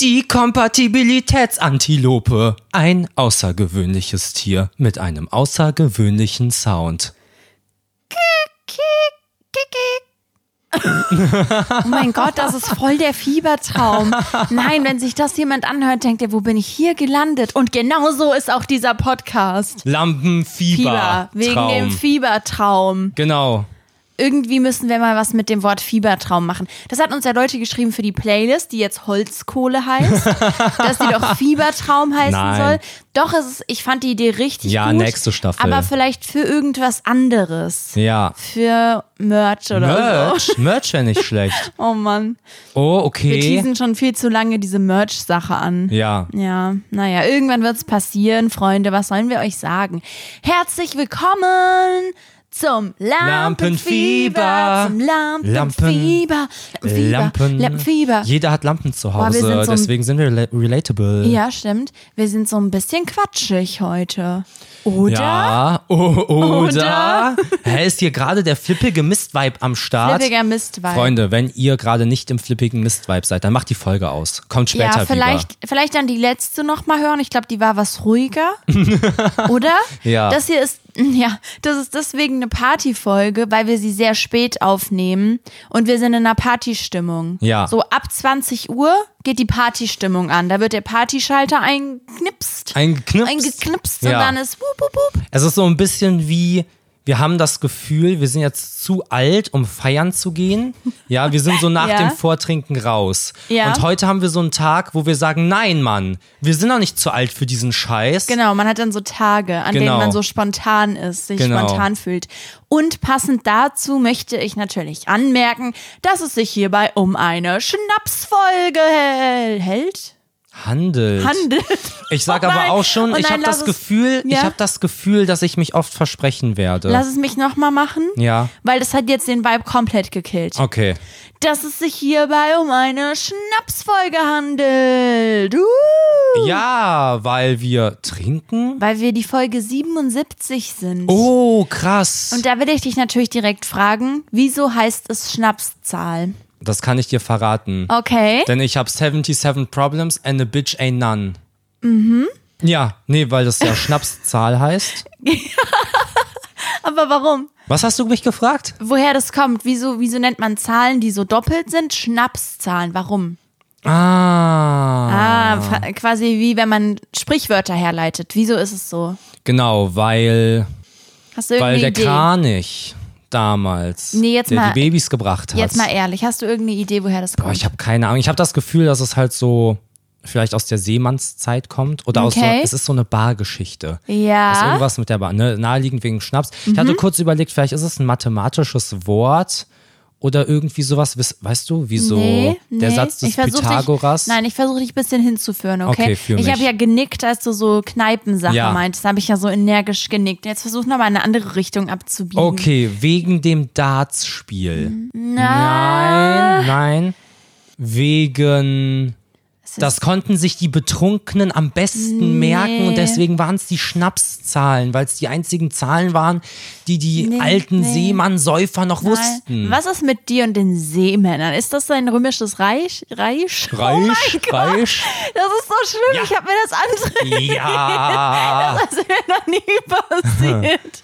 Die Kompatibilitätsantilope. Ein außergewöhnliches Tier mit einem außergewöhnlichen Sound. Oh mein Gott, das ist voll der Fiebertraum. Nein, wenn sich das jemand anhört, denkt er, wo bin ich hier gelandet? Und genau so ist auch dieser Podcast. Lampenfieber. Fieber, wegen Traum. dem Fiebertraum. Genau. Irgendwie müssen wir mal was mit dem Wort Fiebertraum machen. Das hat uns ja Leute geschrieben für die Playlist, die jetzt Holzkohle heißt, dass die doch Fiebertraum heißen Nein. soll. Doch, es ist, ich fand die Idee richtig Ja, gut. nächste Staffel. Aber vielleicht für irgendwas anderes. Ja. Für Merch oder Merch. Merch wäre nicht schlecht. so. Oh Mann. Oh, Wir okay. teasen schon viel zu lange diese Merch-Sache an. Ja. Ja, naja, irgendwann wird's passieren, Freunde. Was sollen wir euch sagen? Herzlich willkommen zum Lampenfieber. Lampenfieber. Zum Lampenfieber. Lampenfieber. Lampen. Lampenfieber. Jeder hat Lampen zu wir Hause, sind so ein- deswegen sind wir rela- relatable. Ja, stimmt. Wir sind so ein bisschen quatschig heute. Oder? Ja, o- Oder? oder? Hä, ist hier gerade der flippige Mistvibe am Start? Flippiger Mistwein. Freunde, wenn ihr gerade nicht im flippigen Mistvibe seid, dann macht die Folge aus. Kommt später Ja, vielleicht, vielleicht dann die letzte nochmal hören. Ich glaube, die war was ruhiger. Oder? Ja. Das hier ist, ja, das ist deswegen eine Partyfolge, weil wir sie sehr spät aufnehmen und wir sind in einer Partystimmung. Ja. So ab 20 Uhr geht die Partystimmung an. Da wird der Partyschalter eingeknipst. wieder. Eingeknipst. Eingeknipst und Ja. dann ist wup, wup, wup. Es ist so ein bisschen wie, wir haben das Gefühl, wir sind jetzt zu alt, um feiern zu gehen. Ja, wir sind so nach Ja. dem Vortrinken raus. Ja. Und heute haben wir so einen Tag, wo wir sagen, nein, Mann, wir sind noch nicht zu alt für diesen Scheiß. Genau, man hat dann so Tage, an denen Genau. man so spontan ist, sich Genau. spontan fühlt. Und passend dazu möchte ich natürlich anmerken, dass es sich hierbei um eine Schnapsfolge hält. hält? Handelt. Handelt. Ich sage Oh nein. aber auch schon, Oh ich nein, habe lass das es- Gefühl, Ja? ich habe das Gefühl, dass ich mich oft versprechen werde. Lass es mich nochmal machen. ja. Ah. Weil das hat jetzt den Vibe komplett gekillt. Okay. Dass es sich hierbei um eine Schnapsfolge handelt. Uh! Ja, weil wir trinken. Weil wir die Folge 77 sind. Oh, krass. Und da will ich dich natürlich direkt fragen, wieso heißt es Schnapszahl? das kann ich dir verraten. Okay. Denn ich habe 77 Problems and a bitch ain't none. Mhm. Ja, nee, weil das ja Schnapszahl heißt. Aber warum? Was hast du mich gefragt? Woher das kommt? Wieso, wieso nennt man Zahlen, die so doppelt sind, Schnapszahlen? Warum? Ah, Ah, fa- quasi wie wenn man Sprichwörter herleitet. Wieso ist es so? genau, weil, Hast du irgendeine weil der Idee? Kranich damals, Nee, jetzt der mal- die Babys gebracht hat. Jetzt mal ehrlich, hast du irgendeine Idee, woher das Boah, kommt? ich habe keine Ahnung. Ich habe das Gefühl, dass es halt so vielleicht aus der Seemannszeit kommt oder aus so, Okay. es ist so eine Bargeschichte. Das ist ja. Mhm. irgendwas mit der Bar, ne? naheliegend wegen Schnaps. Ich hatte kurz überlegt, vielleicht ist es ein mathematisches Wort oder irgendwie sowas, Wiss- weißt du, wie so Nee, der nee. Satz des ich versuch Pythagoras. Dich, nein, ich versuche dich ein bisschen hinzuführen, okay? Okay, führ ich mich. habe ja genickt, als du so Kneipensache Ja. meintest. habe ich ja so energisch genickt. Jetzt versuch nochmal eine andere Richtung abzubiegen. Okay, wegen dem Dartspiel. Nein, nein. Wegen. Das konnten sich die Betrunkenen am besten merken und deswegen waren es die Schnapszahlen, weil es die einzigen Zahlen waren, die die alten nee. Seemann-Säufer noch wussten. Was ist mit dir und den Seemännern? Ist das dein römisches Reich? Reich? Oh mein Reich, Gott, reich. das ist so schlimm. Ja. Ich habe mir das andere Ja. das ist mir noch nie passiert.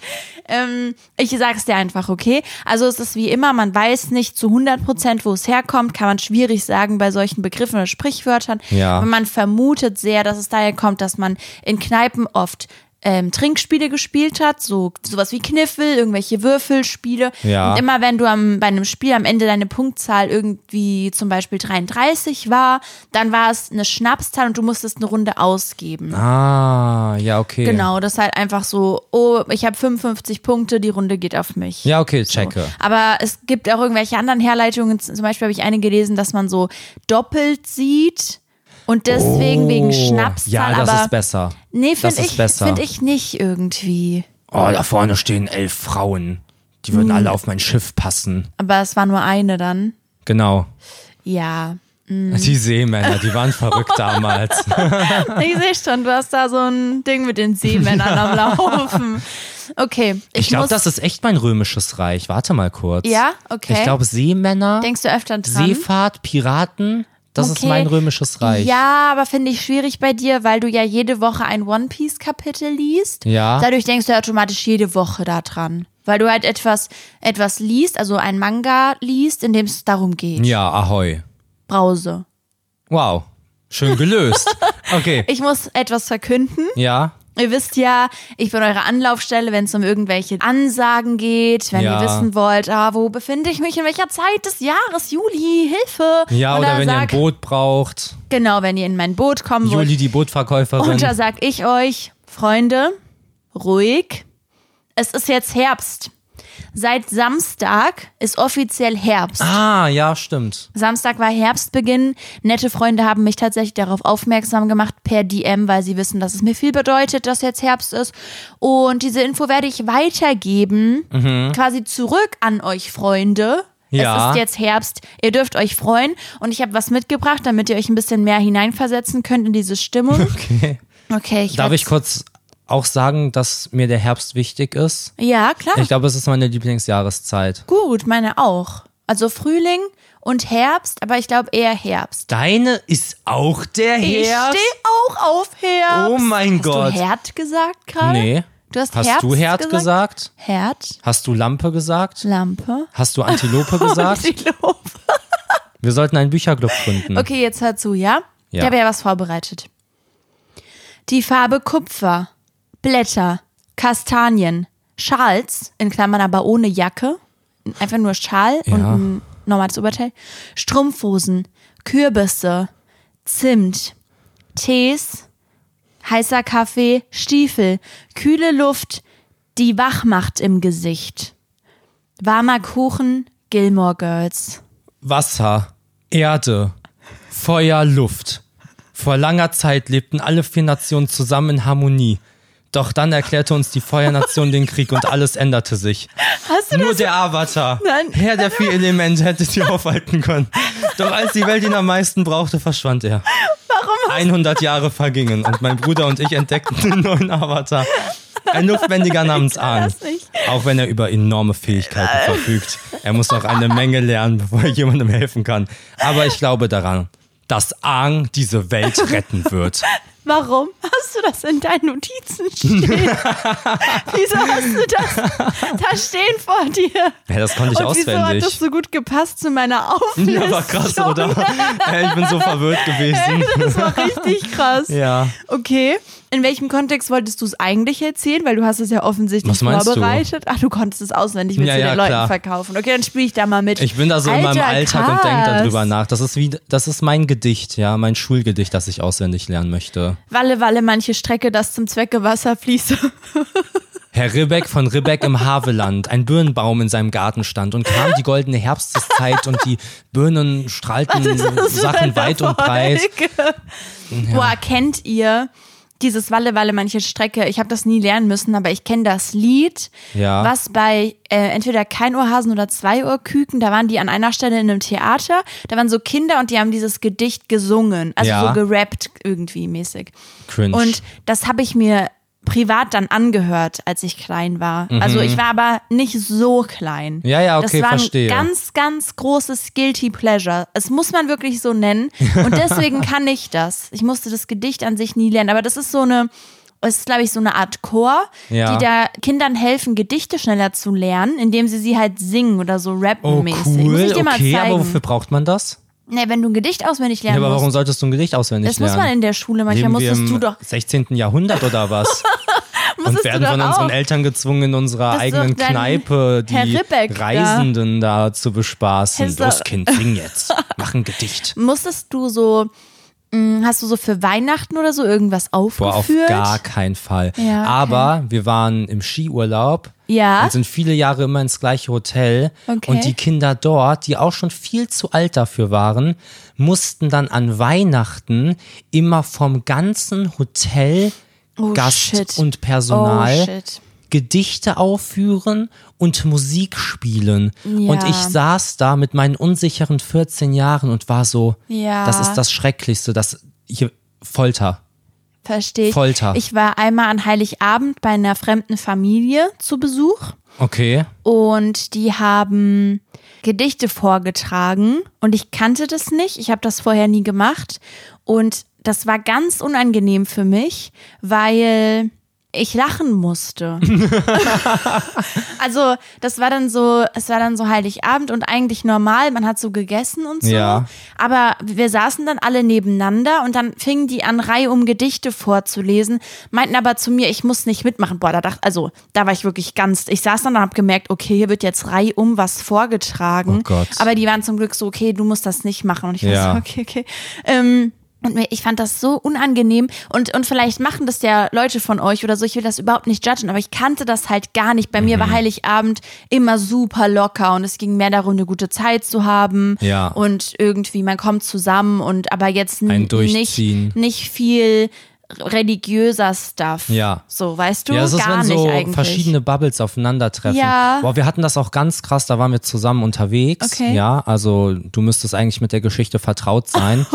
ähm, ich sag's dir einfach, okay? Also es ist wie immer, man weiß nicht zu 100 Prozent, wo es herkommt, kann man schwierig sagen bei solchen Begriffen oder Sprichwörtern. Ja. Aber man vermutet sehr, dass es daher kommt, dass man in Kneipen oft ähm, Trinkspiele gespielt hat, so sowas wie Kniffel, irgendwelche Würfelspiele. Ja. Und immer wenn du am, bei einem Spiel am Ende deine Punktzahl irgendwie zum Beispiel 33 war, dann war es eine Schnapszahl und du musstest eine Runde ausgeben. Ah, ja, okay. Genau, das ist halt einfach so, oh, ich habe 55 Punkte, die Runde geht auf mich. Ja, okay, checke. So. Aber es gibt auch irgendwelche anderen Herleitungen. Z- Zum Beispiel habe ich eine gelesen, dass man so doppelt sieht und deswegen wegen Schnapszahl. Oh. Ja, das aber ist besser. Nee, Das finde ist ich, besser. find ich nicht irgendwie. Oh, da vorne stehen elf Frauen. Die würden Hm. alle auf mein Schiff passen. Aber es war nur eine dann. Genau. Ja. Die Seemänner, die waren verrückt damals. Hm. Ich sehe schon, du hast da so ein Ding mit den Seemännern am Laufen. Okay. Ich, Ich glaube, muss, das ist echt mein römisches Reich. Warte mal kurz. Ja? Okay. Ich glaube, Seemänner, Denkst du öfter dran? Seefahrt, Piraten, Das ist Okay. mein römisches Reich. Ja, aber finde ich schwierig bei dir, weil du ja jede Woche ein One Piece Kapitel liest. Ja. Dadurch denkst du automatisch jede Woche daran, weil du halt etwas etwas liest, also ein Manga liest, in dem es darum geht. Ja, ahoi. Brause. Wow. Schön gelöst. Okay. Ich muss etwas verkünden. Ja. Ihr wisst ja, ich bin eure Anlaufstelle, wenn es um irgendwelche Ansagen geht, wenn Ja. ihr wissen wollt, ah, wo befinde ich mich, in welcher Zeit des Jahres, Juli, Hilfe. Ja, Und oder dann wenn ihr ein sag- Boot braucht. Genau, wenn ihr in mein Boot kommen wollt. Juli, die Bootverkäuferin. Und da sag ich euch, Freunde, ruhig. Es ist jetzt Herbst. Seit Samstag ist offiziell Herbst. Ah, ja, stimmt. Samstag war Herbstbeginn. Nette Freunde haben mich tatsächlich darauf aufmerksam gemacht per DM, weil sie wissen, dass es mir viel bedeutet, dass jetzt Herbst ist. Und diese Info werde ich weitergeben, quasi zurück an euch, Freunde. Mhm. Ja. Es ist jetzt Herbst. Ihr dürft euch freuen. Und ich habe was mitgebracht, damit ihr euch ein bisschen mehr hineinversetzen könnt in diese Stimmung. Okay. Okay, ich Darf werd- ich kurz auch sagen, dass mir der Herbst wichtig ist? Ja, klar. Ich glaube, es ist meine Lieblingsjahreszeit. Gut, meine auch. Also Frühling und Herbst, aber ich glaube eher Herbst. Deine ist auch der Ich Herbst? stehe auch auf Herbst. Oh mein Hast Gott. Hast du Herd gesagt gerade? Nee. Du hast, Hast Herbst du Herd gesagt? gesagt? Herd, Hast du Lampe gesagt? Lampe. Hast du Antilope Oh, gesagt? Und die Luft. Wir sollten einen Bücherclub gründen. Okay, jetzt hör zu, ja? Hm. Ja. Ich habe ja was vorbereitet. Die Farbe Kupfer, Blätter, Kastanien, Schals, in Klammern aber ohne Jacke, einfach nur Schal und Ja. ein normales Oberteil, Strumpfhosen, Kürbisse, Zimt, Tees, heißer Kaffee, Stiefel, kühle Luft, die Wachmacht im Gesicht, warmer Kuchen, Gilmore Girls. Wasser, Erde, Feuer, Luft. Vor langer Zeit lebten alle vier Nationen zusammen in Harmonie. Doch dann erklärte uns die Feuernation den Krieg und alles änderte sich. Hast du Nur der Avatar, Nein. Herr der vier Elemente, hätte sie aufhalten können. Doch als die Welt ihn am meisten brauchte, verschwand er. Warum? 100 Jahre vergingen und mein Bruder und ich entdeckten einen neuen Avatar. Ein Luftbändiger namens Ahn. das nicht. Auch wenn er über enorme Fähigkeiten verfügt. Er muss noch eine Menge lernen, bevor er jemandem helfen kann. Aber ich glaube daran, dass Aang diese Welt retten wird. Warum hast du das in deinen Notizen stehen? wieso hast du das da stehen vor dir? Ja, das konnte ich Und wieso hat das auswendig. so gut gepasst zu meiner Auflistung? Ja, war krass, oder? Ey, ich bin so verwirrt gewesen. Das war richtig krass. Ja. Okay, in welchem Kontext wolltest du es eigentlich erzählen? Weil du hast es ja offensichtlich Was meinst du? vorbereitet. Ach, du konntest es auswendig mit Ja, den ja, Leuten klar. verkaufen. Okay, dann spiele ich da mal mit. Ich bin da so in meinem Alter, Alltag krass. und denke darüber nach. Das ist wie, das ist mein Gedicht, ja, mein Schulgedicht, das ich auswendig lernen möchte. Walle, walle, manche Strecke, das zum Zwecke Wasser fließe. Herr Ribbeck von Ribbeck im Haveland, ein Birnenbaum in seinem Garten stand und kam die goldene Herbsteszeit und die Birnen strahlten Sachen weit und breit. Boah, kennt ihr dieses Walle Walle manche Strecke? Ich habe das nie lernen müssen, aber ich kenne das Lied, Ja. was bei äh, entweder kein Ohrhasen oder zwei Ohrküken, da waren die an einer Stelle in einem Theater, da waren so Kinder und die haben dieses Gedicht gesungen, also Ja. so gerappt irgendwie mäßig. Cringe. Und das habe ich mir privat dann angehört, als ich klein war. Also ich war aber nicht so klein. Mhm. Ja, ja, okay, Das war verstehe. ein ganz, ganz großes Guilty Pleasure. Es muss man wirklich so nennen. Und deswegen kann ich das. Ich musste das Gedicht an sich nie lernen. Aber das ist so eine, es ist, glaube ich, so eine Art Chor, Ja. die da Kindern helfen, Gedichte schneller zu lernen, indem sie sie halt singen oder so oh rappen-mäßig. Muss ich cool, dir mal okay, zeigen. aber wofür braucht man das? Nee, wenn du ein Gedicht auswendig lernen Ja, aber warum musst. solltest du ein Gedicht auswendig Das lernen? muss man in der Schule. Manchmal Leben wir musstest im du doch 16. Jahrhundert oder was? Musstest Und du werden doch von unseren auch. Eltern gezwungen, in unserer Das ist eigenen doch dein Kneipe die Herr Ribbeck da. Reisenden da. zu bespaßen. Ist doch- Los, Kind, sing jetzt. Mach ein Gedicht. Musstest du so, mh, hast du so für Weihnachten oder so irgendwas Boah, auf aufgeführt? gar keinen Fall. Ja, okay. Aber wir waren im Skiurlaub. Ja. Und sind viele Jahre immer ins gleiche Hotel. Okay. Und die Kinder dort, die auch schon viel zu alt dafür waren, mussten dann an Weihnachten immer vom ganzen Hotel Oh, Gast shit. und Oh, Personal shit. Gedichte aufführen und Musik spielen. Und ich saß da mit meinen unsicheren 14 Jahren und war so, Ja. das ist das Schrecklichste, das hier Folter. Verstehe ich. Folter. Ich war einmal an Heiligabend bei einer fremden Familie zu Besuch Okay. und die haben Gedichte vorgetragen und ich kannte das nicht. Ich habe das vorher nie gemacht und das war ganz unangenehm für mich, weil ich lachen musste. also das war dann so, es war dann so Heiligabend und eigentlich normal. Man hat so gegessen und so. Ja. Aber wir saßen dann alle nebeneinander und dann fingen die an, Reihe um Gedichte vorzulesen, meinten aber zu mir, ich muss nicht mitmachen. Boah, da dachte, also da war ich wirklich ganz, ich saß dann und habe gemerkt, okay, hier wird jetzt Reihe um was vorgetragen. Oh Gott. Aber die waren zum Glück so, okay, du musst das nicht machen. Und ich war Ja. so, okay, okay. Ähm, und mir, ich fand das so unangenehm und, und vielleicht machen das ja Leute von euch oder so, ich will das überhaupt nicht judgen, aber ich kannte das halt gar nicht. Bei Mhm. mir war Heiligabend immer super locker und es ging mehr darum, eine gute Zeit zu haben Ja. und irgendwie man kommt zusammen und aber jetzt n- Ein nicht, Durchziehen. nicht viel religiöser Stuff. Ja. So, weißt du, ja, es ist, gar wenn nicht so eigentlich. verschiedene Bubbles aufeinandertreffen. Ja. Boah, wir hatten das auch ganz krass, da waren wir zusammen unterwegs. Okay. Ja, also du müsstest eigentlich mit der Geschichte vertraut sein.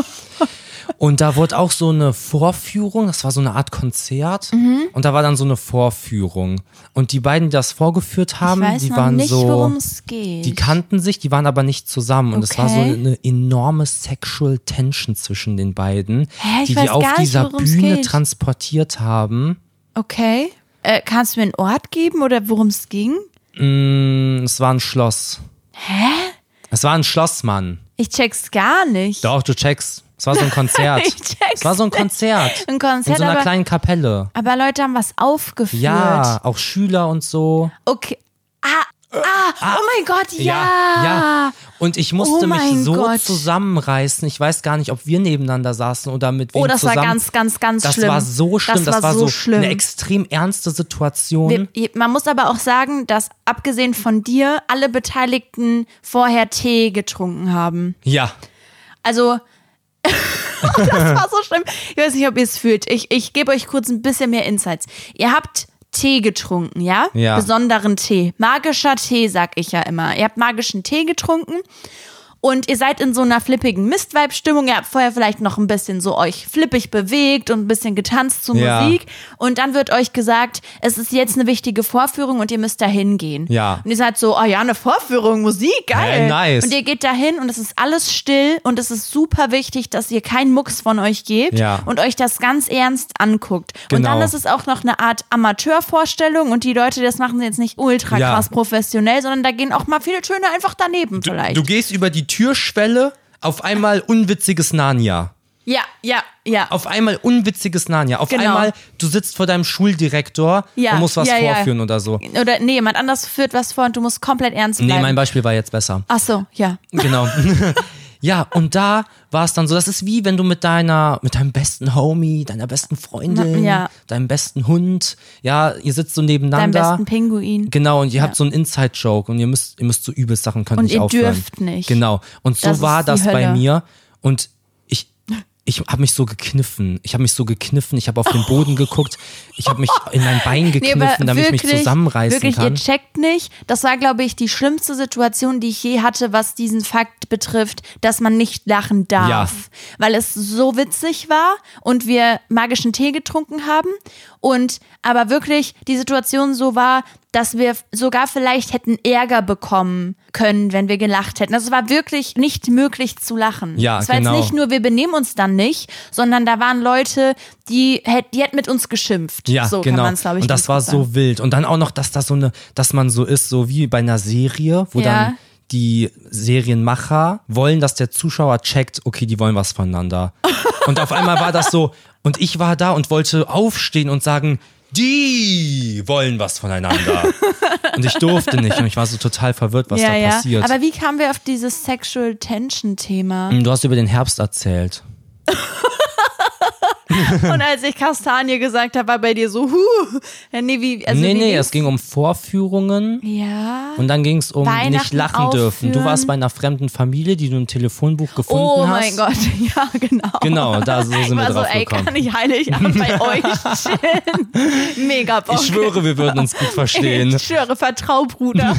Und da wurde auch so eine Vorführung, das war so eine Art Konzert. Mhm. Und da war dann so eine Vorführung. Und die beiden, die das vorgeführt ich haben, weiß die noch waren nicht, so. worum es geht. Die kannten sich, die waren aber nicht zusammen. Und es war so Okay. eine enorme Sexual Tension zwischen den beiden, Hä, ich die weiß die auf gar nicht, dieser worum's Bühne geht. transportiert haben. okay. Äh, kannst du mir einen Ort geben oder worum es ging? Mm, Es war ein Schloss. Hä? Es war ein Schloss, Mann. Ich check's gar nicht. Doch, du checkst. Es war so ein Konzert. Ich check's Es war so ein Konzert. Ein In Konzert, so einer aber, kleinen Kapelle. aber Leute haben was aufgeführt. Ja, auch Schüler und so. Okay. Ah, ah, oh mein Gott, ja. ja. ja. Und ich musste Oh mich mein so Gott. zusammenreißen. Ich weiß gar nicht, ob wir nebeneinander saßen oder mit wem Oh, das war zusammen. ganz, ganz, ganz das schlimm. war so schlimm. Das, war so, schlimm. eine Hm? extrem ernste Situation. Wir- Man muss aber auch sagen, dass abgesehen von dir alle Beteiligten vorher Tee getrunken haben. ja. Also, Oh, das war so schlimm. Ich weiß nicht, ob ihr es fühlt. Ich, ich gebe euch kurz ein bisschen mehr Insights. Ihr habt Tee getrunken, ja? Ja. Besonderen Tee. Magischer Tee, sag ich ja immer. Ihr habt magischen Tee getrunken. Und ihr seid in so einer flippigen Mistweib-Stimmung. Ihr habt vorher vielleicht noch ein bisschen so euch flippig bewegt und ein bisschen getanzt zur Ja. Musik. Und dann wird euch gesagt, es ist jetzt eine wichtige Vorführung und ihr müsst da hingehen. Ja. Und ihr seid so, oh ja, eine Vorführung, Musik, geil. Hey, nice. Und ihr geht dahin und es ist alles still und es ist super wichtig, dass ihr keinen Mucks von euch gebt Ja. und euch das ganz ernst anguckt. Und Genau. dann ist es auch noch eine Art Amateurvorstellung und die Leute, die das machen, sind jetzt nicht ultra Ja. krass professionell, sondern da gehen auch mal viele Töne einfach daneben vielleicht. Du gehst über die Türschwelle, auf einmal unwitziges Narnia. ja, ja, ja. Auf einmal unwitziges Narnia. Auf Genau. einmal, du sitzt vor deinem Schuldirektor Ja, und musst was ja, ja. vorführen oder so. Oder nee, jemand anders führt was vor und du musst komplett ernst bleiben. Nee, mein Beispiel war jetzt besser. Ach so, ja. Genau. ja, und da war es dann so, das ist wie wenn du mit deiner, mit deinem besten Homie, deiner besten Freundin, Ja. deinem besten Hund, ja, ihr sitzt so Deinem nebeneinander. besten Pinguin. Genau, und ihr habt so einen Inside-Joke und ihr müsst, ihr müsst so übelst Sachen könnt Und nicht ihr aufhören. dürft nicht. Genau. Und so Das ist war die das bei Hölle. mir. Und ich, ich habe mich so gekniffen. Ich habe mich so gekniffen. Ich habe auf den Boden geguckt. Ich habe mich in mein Bein Oh. Nee, gekniffen, aber damit ich mich zusammenreißen wirklich, kann. Ihr checkt nicht. Das war, glaube ich, die schlimmste Situation, die ich je hatte, was diesen Fakt betrifft, dass man nicht lachen darf. Ja. Weil es so witzig war und wir magischen Tee getrunken haben. Und aber wirklich die Situation so war, dass wir sogar vielleicht hätten Ärger bekommen können, wenn wir gelacht hätten. Also es war wirklich nicht möglich zu lachen. Ja, es war genau. jetzt nicht nur, wir benehmen uns dann nicht, sondern da waren Leute, die, hätt- die hätten mit uns geschimpft. Ja, so genau. kann man es, glaube ich, und das ganz war gut sagen. so wild. Und dann auch noch, dass das so eine, dass man so ist, so wie bei einer Serie, wo Ja. dann die Serienmacher wollen, dass der Zuschauer checkt, okay, die wollen was voneinander. Und auf einmal war das so, und ich war da und wollte aufstehen und sagen, die wollen was voneinander. Und ich durfte nicht. Und ich war so total verwirrt, was da passiert. Aber wie kamen wir auf dieses Sexual Tension Thema? du hast über den Herbst erzählt. Mhm. Und als ich Kastanie gesagt habe, war bei dir so, huh, Ja, nee, wie, also nee, wie nee, ging's? es ging um Vorführungen. ja. Und dann ging es um Weihnachten nicht lachen dürfen. Du aufführen. warst bei einer fremden Familie, die du im Telefonbuch gefunden Oh mein hast. Gott, ja, genau. um Genau, da so sind ich wir war so, drauf ey, kann gekommen. ich Heiligabend bei euch chillen? Mega Bock. Ich schwöre, wir würden uns gut verstehen. Ich schwöre, vertrau, Bruder.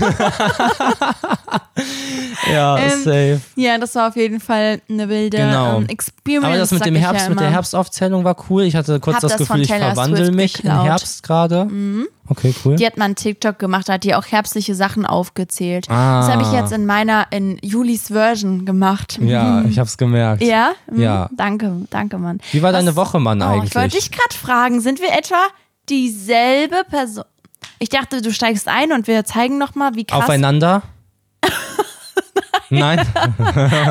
Ja, safe. Ja, das war auf jeden Fall eine wilde Genau. ähm, Experience. Aber das mit sag dem ich Herbst, ja mit der immer. Herbstaufzählung war cool. Ich hatte kurz Hab das das Gefühl, von ich Taylor verwandel Swift mich geklaut. Mhm. in Herbst gerade. Okay, cool. Die hat mal einen TikTok gemacht, da hat die auch herbstliche Sachen aufgezählt. Ah. Das habe ich jetzt in meiner, in Julis Version gemacht. Ja, ich hab's gemerkt. Mhm. Ja? Mhm. Ja. Danke, danke, Mann. Wie war deine Woche, Mann, Oh, ich wollte eigentlich? dich gerade fragen, sind wir etwa dieselbe Person? Ich dachte, du steigst ein und wir zeigen nochmal, wie krass. Aufeinander? Nein,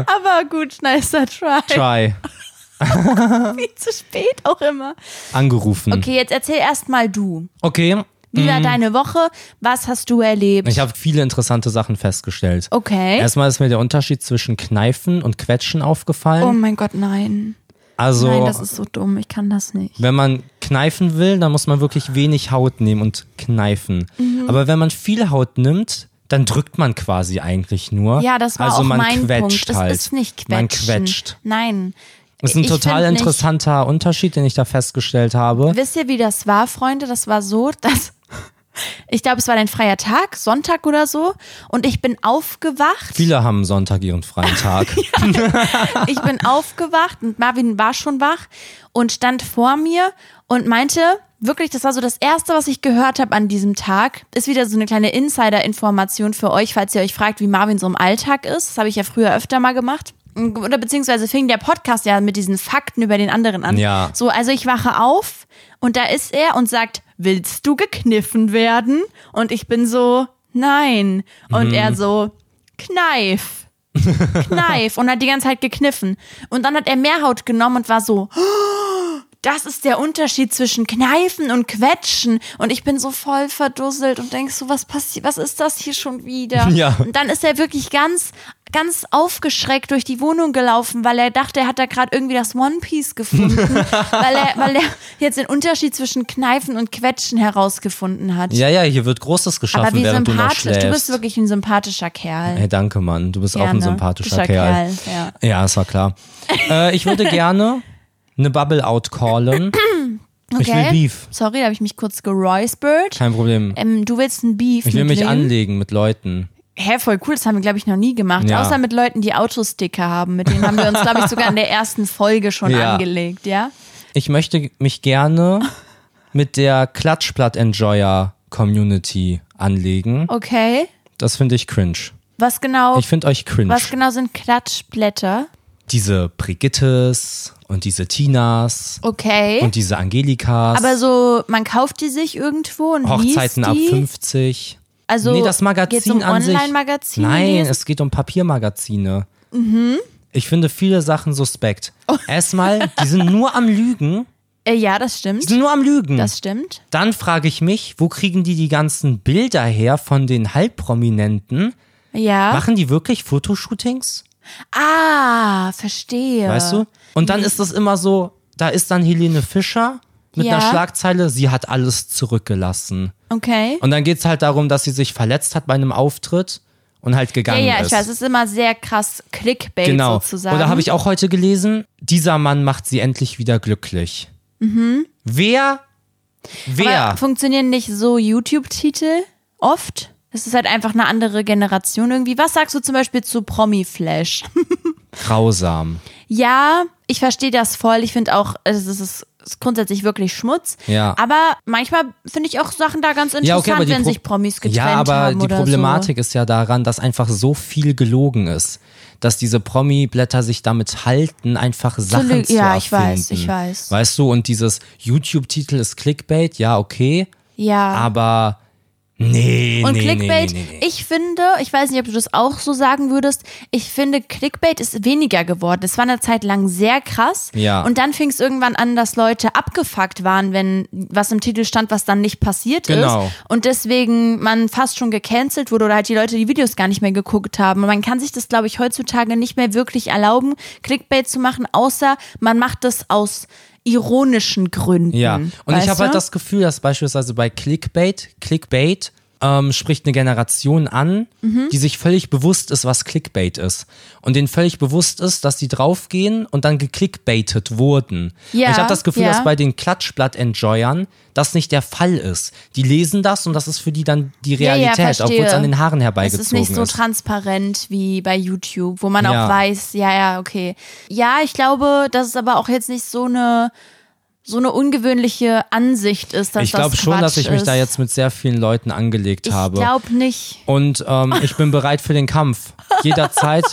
Aber gut, nicer try. try. Viel zu spät auch immer. Angerufen. Okay, jetzt erzähl erstmal du. okay. Wie war deine Woche? Was hast du erlebt? Hm. Ich habe viele interessante Sachen festgestellt. okay. Erstmal ist mir der Unterschied zwischen Kneifen und Quetschen oh aufgefallen. mein Gott, nein. also, Nein, das ist so dumm. Ich kann das nicht. wenn man kneifen will, dann muss man wirklich wenig Haut nehmen und kneifen. Mhm. Aber wenn man viel Haut nimmt, dann drückt man quasi eigentlich nur. Ja, das war also auch man mein quetscht Punkt. halt. Es ist nicht quetschen. Man quetscht. Nein. Das ist ein Ich total find nicht- interessanter Unterschied, den ich da festgestellt habe. Wisst ihr, wie das war, Freunde? Das war so, dass ich glaube, es war ein freier Tag, Sonntag oder so, und ich bin aufgewacht. Viele haben Sonntag ihren freien Tag. Ich bin aufgewacht und Marvin war schon wach und stand vor mir und meinte, wirklich, das war so das Erste, was ich gehört habe an diesem Tag. Ist wieder so eine kleine Insider-Information für euch, falls ihr euch fragt, wie Marvin so im Alltag ist. Das habe ich ja früher öfter mal gemacht. Oder beziehungsweise fing der Podcast ja mit diesen Fakten über den anderen an. Ja. So, also ich wache auf und da ist er und sagt, willst du gekniffen werden? Und ich bin so, nein. Und er so, kneif. Kneif und hat die ganze Zeit gekniffen. Und dann hat er mehr Haut genommen und war so, "Oh, das ist der Unterschied zwischen Kneifen und Quetschen. Und ich bin so voll verdusselt und denkst so, was passiert, was ist das hier schon wieder? Ja. Und dann ist er wirklich ganz, ganz aufgeschreckt durch die Wohnung gelaufen, weil er dachte, er hat da gerade irgendwie das One Piece gefunden, weil er, weil er jetzt den Unterschied zwischen Kneifen und Quetschen herausgefunden hat. ja, ja, hier wird Großes geschaffen, Aber wie während du noch sympathisch, du, schläfst. bist wirklich ein sympathischer Kerl. Hey, danke, Mann. Du bist auch Ja, ein ne? sympathischer Sympathischer Kerl. Kerl, ja. das war klar. äh, ich würde gerne eine Bubble out callen. Ich Okay. will Beef. Sorry, da habe ich mich kurz geräuspert. Kein Problem. Ähm, du willst ein Beef Ich will mit mich wem? anlegen mit Leuten. Hä, voll cool, das haben wir, glaube ich, noch nie gemacht. Ja. Außer mit Leuten, die Autosticker haben. Mit denen haben wir uns, glaube ich, sogar in der ersten Folge schon Ja. angelegt, ja? Ich möchte mich gerne mit der Klatschblatt-Enjoyer-Community anlegen. Okay. Das finde ich cringe. Was genau, Ich finde euch cringe. was genau sind Klatschblätter? Diese Brigittes und diese Tinas Okay. und diese Angelikas. Aber so, man kauft die sich irgendwo und Hochzeiten liest ab die? 50. Also, nee, das geht's Magazin um an sich. Online-Magazine Mhm. Nein, lesen? es geht um Papiermagazine. Ich finde viele Sachen suspekt. Oh. Erstmal, die sind nur am Lügen. Äh, ja, das Die stimmt. sind nur am Lügen. Das stimmt. Dann frage ich mich, wo kriegen die die ganzen Bilder her von den Halbprominenten? Ja. Machen die wirklich Fotoshootings? Ah, verstehe. Weißt du? Und dann ist es immer so, da ist dann Helene Fischer mit Ja. einer Schlagzeile, sie hat alles zurückgelassen. Okay. Und dann geht es halt darum, dass sie sich verletzt hat bei einem Auftritt und halt Ja, gegangen ja, ich ist. weiß, es ist immer sehr krass Clickbait genau. sozusagen. Oder habe ich auch heute gelesen, dieser Mann macht sie endlich wieder glücklich. Mhm. Wer? Wer? Aber funktionieren nicht so YouTube-Titel oft? Es ist halt einfach eine andere Generation irgendwie. Was sagst du zum Beispiel zu Promi-Flash? Grausam. ja, ich verstehe das voll. Ich finde auch, es ist, es ist grundsätzlich wirklich Schmutz. Ja. Aber manchmal finde ich auch Sachen da ganz interessant, Ja, okay, aber die wenn Pro- sich Promis getrennt Ja, aber haben die oder Problematik ist ja daran, dass einfach so viel gelogen ist, dass diese Promi-Blätter sich damit halten, einfach Sachen lügen. zu Ja, erfinden. ich weiß, ich weiß. Weißt du, und dieses YouTube-Titel ist Clickbait, ja, okay, so. Ja. aber nee, Ah. Und nee, Clickbait, nee, nee, nee, nee. ich finde, ich weiß nicht, ob du das auch so sagen würdest, ich finde, Clickbait ist weniger geworden. Es war eine Zeit lang sehr krass. Ja. Und dann fing es irgendwann an, dass Leute abgefuckt waren, wenn was im Titel stand, was dann nicht passiert Genau. ist. Und deswegen man fast schon gecancelt wurde oder halt die Leute die Videos gar nicht mehr geguckt haben. Und man kann sich das, glaube ich, heutzutage nicht mehr wirklich erlauben, Clickbait zu machen, außer man macht das aus ironischen Gründen. Ja, und ich Mhm. weißt habe halt du? das Gefühl, dass beispielsweise bei Clickbait, Clickbait ähm, spricht eine Generation an, Mhm. die sich völlig bewusst ist, was Clickbait ist. Und denen völlig bewusst ist, dass sie draufgehen und dann geklickbaitet wurden. Ja, und ich habe das Gefühl, ja. dass bei den Klatschblatt-Enjoyern das nicht der Fall ist. Die lesen das und das ist für die dann die ja, Realität, obwohl es verstehe. an den Haaren Es herbeigezogen ist nicht so transparent wie bei YouTube, wo man Ja. auch weiß, ja, ja, okay. Ja, ich glaube, dass es aber auch jetzt nicht so eine so eine ungewöhnliche Ansicht ist, dass ich glaube das schon, Quatsch dass ich mich ist. da jetzt mit sehr vielen Leuten angelegt ich habe. glaube nicht. Und ähm, ich bin bereit für den Kampf. Jederzeit,